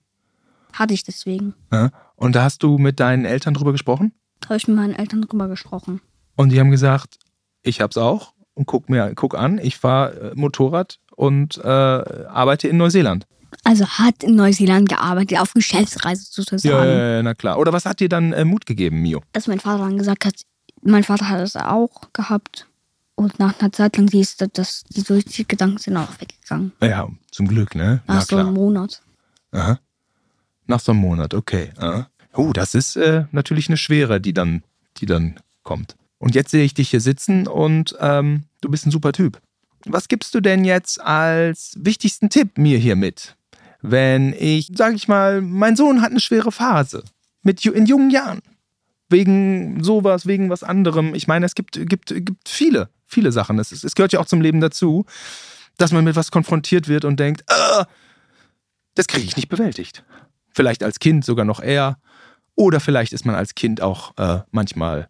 Speaker 2: Hatte ich deswegen.
Speaker 1: Ja. Und da hast du mit deinen Eltern drüber gesprochen
Speaker 2: Habe ich mit meinen Eltern drüber gesprochen.
Speaker 1: und die haben gesagt, ich hab's auch und guck mir, guck an, ich fahre äh, Motorrad und äh, arbeite in Neuseeland.
Speaker 2: Also hat in Neuseeland gearbeitet, auf Geschäftsreise sozusagen.
Speaker 1: Ja, ja, ja, na klar. Oder was hat dir dann äh, Mut gegeben, Mio?
Speaker 2: Dass mein Vater dann gesagt hat, mein Vater hat es auch gehabt. Und nach einer Zeit lang siehst du, dass die Suizidgedanken sind auch weggegangen.
Speaker 1: Ja, zum Glück, ne?
Speaker 2: Nach so einem Monat.
Speaker 1: Aha. Nach so einem Monat, okay. Aha. Oh, das ist äh, natürlich eine Schwere, die dann, die dann kommt. Und jetzt sehe ich dich hier sitzen und ähm, du bist ein super Typ. Was gibst du denn jetzt als wichtigsten Tipp mir hier mit? Wenn ich, sag ich mal, mein Sohn hat eine schwere Phase mit, ju- in jungen Jahren. Wegen sowas, wegen was anderem. Ich meine, es gibt, gibt, gibt viele, viele Sachen. Es, ist- es gehört ja auch zum Leben dazu, dass man mit was konfrontiert wird und denkt, ah, das kriege ich nicht bewältigt. Vielleicht als Kind sogar noch eher. Oder vielleicht ist man als Kind auch äh, manchmal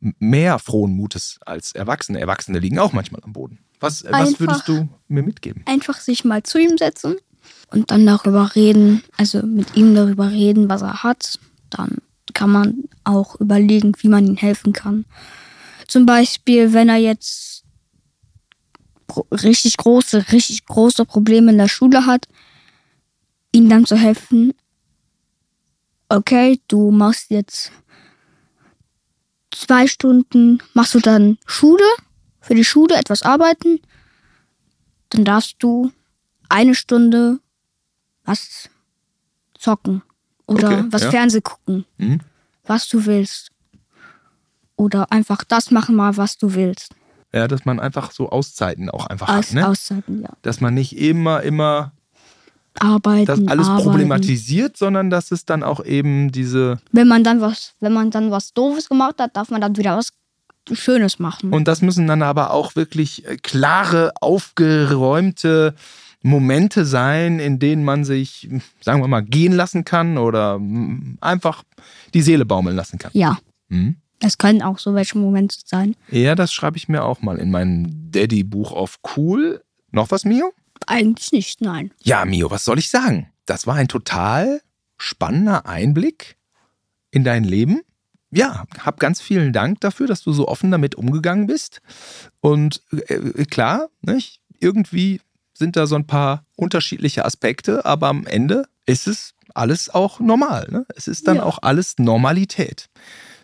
Speaker 1: m- mehr frohen Mutes als Erwachsene. Erwachsene liegen auch manchmal am Boden. Was, äh, was
Speaker 2: Einfach.
Speaker 1: würdest du mir mitgeben?
Speaker 2: Einfach sich mal zu ihm setzen und dann darüber reden. Also mit ihm darüber reden, was er hat. Dann kann man auch überlegen, wie man ihm helfen kann. Zum Beispiel, wenn er jetzt gro- richtig große, richtig große Probleme in der Schule hat, ihm dann zu helfen, okay, du machst jetzt zwei Stunden, machst du dann Schule, für die Schule etwas arbeiten, dann darfst du eine Stunde was zocken oder
Speaker 1: Okay,
Speaker 2: was
Speaker 1: ja.
Speaker 2: Fernseh gucken,
Speaker 1: Mhm.
Speaker 2: was du willst. Oder einfach das machen mal, was du willst.
Speaker 1: Ja, dass man einfach so Auszeiten auch einfach
Speaker 2: Aus,
Speaker 1: hat, ne?
Speaker 2: Auszeiten, ja.
Speaker 1: Dass man nicht immer, immer
Speaker 2: Arbeiten,
Speaker 1: das alles
Speaker 2: arbeiten.
Speaker 1: problematisiert, sondern dass es dann auch eben diese.
Speaker 2: Wenn man dann was, wenn man dann was Doofes gemacht hat, darf man dann wieder was Schönes machen.
Speaker 1: Und das müssen dann aber auch wirklich äh, klare, aufgeräumte Momente sein, in denen man sich, sagen wir mal, gehen lassen kann oder mm, einfach die Seele baumeln lassen kann.
Speaker 2: ja,
Speaker 1: Hm?
Speaker 2: das können auch so welche Momente sein.
Speaker 1: Ja, das schreibe ich mir auch mal in meinem Daddy-Buch auf cool. Noch was, Mio?
Speaker 2: Eigentlich nicht, nein.
Speaker 1: Ja, Mio, was soll ich sagen? Das war ein total spannender Einblick in dein Leben. Ja, hab ganz vielen Dank dafür, dass du so offen damit umgegangen bist. Und äh, klar, nicht? irgendwie sind da so ein paar unterschiedliche Aspekte, aber am Ende ist es alles auch normal. Ne? Es ist dann
Speaker 2: Ja.
Speaker 1: auch alles Normalität.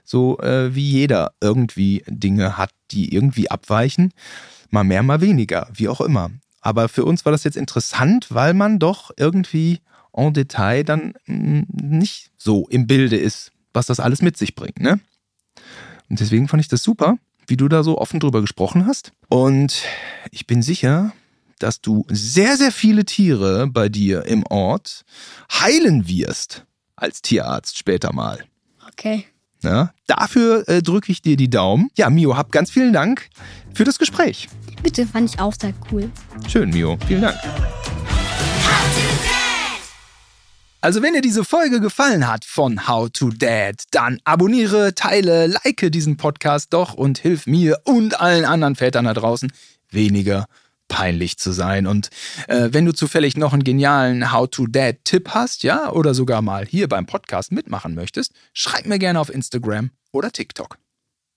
Speaker 1: So äh, wie jeder irgendwie Dinge hat, die irgendwie abweichen. Mal mehr, mal weniger, wie auch immer. Aber für uns war das jetzt interessant, weil man doch irgendwie en Detail dann mh, nicht so im Bilde ist, was das alles mit sich bringt. Ne? Und deswegen fand ich das super, wie du da so offen drüber gesprochen hast. Und ich bin sicher, dass du sehr, sehr viele Tiere bei dir im Ort heilen wirst als Tierarzt später mal.
Speaker 2: Okay.
Speaker 1: Ja, dafür äh, drücke ich dir die Daumen. Ja, Mio, hab ganz vielen Dank für das Gespräch.
Speaker 2: Bitte fand ich auch sehr cool.
Speaker 1: Schön, Mio. Vielen Dank. Also wenn dir diese Folge gefallen hat von How to Dad, dann abonniere, teile, like diesen Podcast doch und hilf mir und allen anderen Vätern da draußen weniger peinlich zu sein. Und äh, wenn du zufällig noch einen genialen How-to-Dad-Tipp hast, ja, oder sogar mal hier beim Podcast mitmachen möchtest, schreib mir gerne auf Instagram oder TikTok.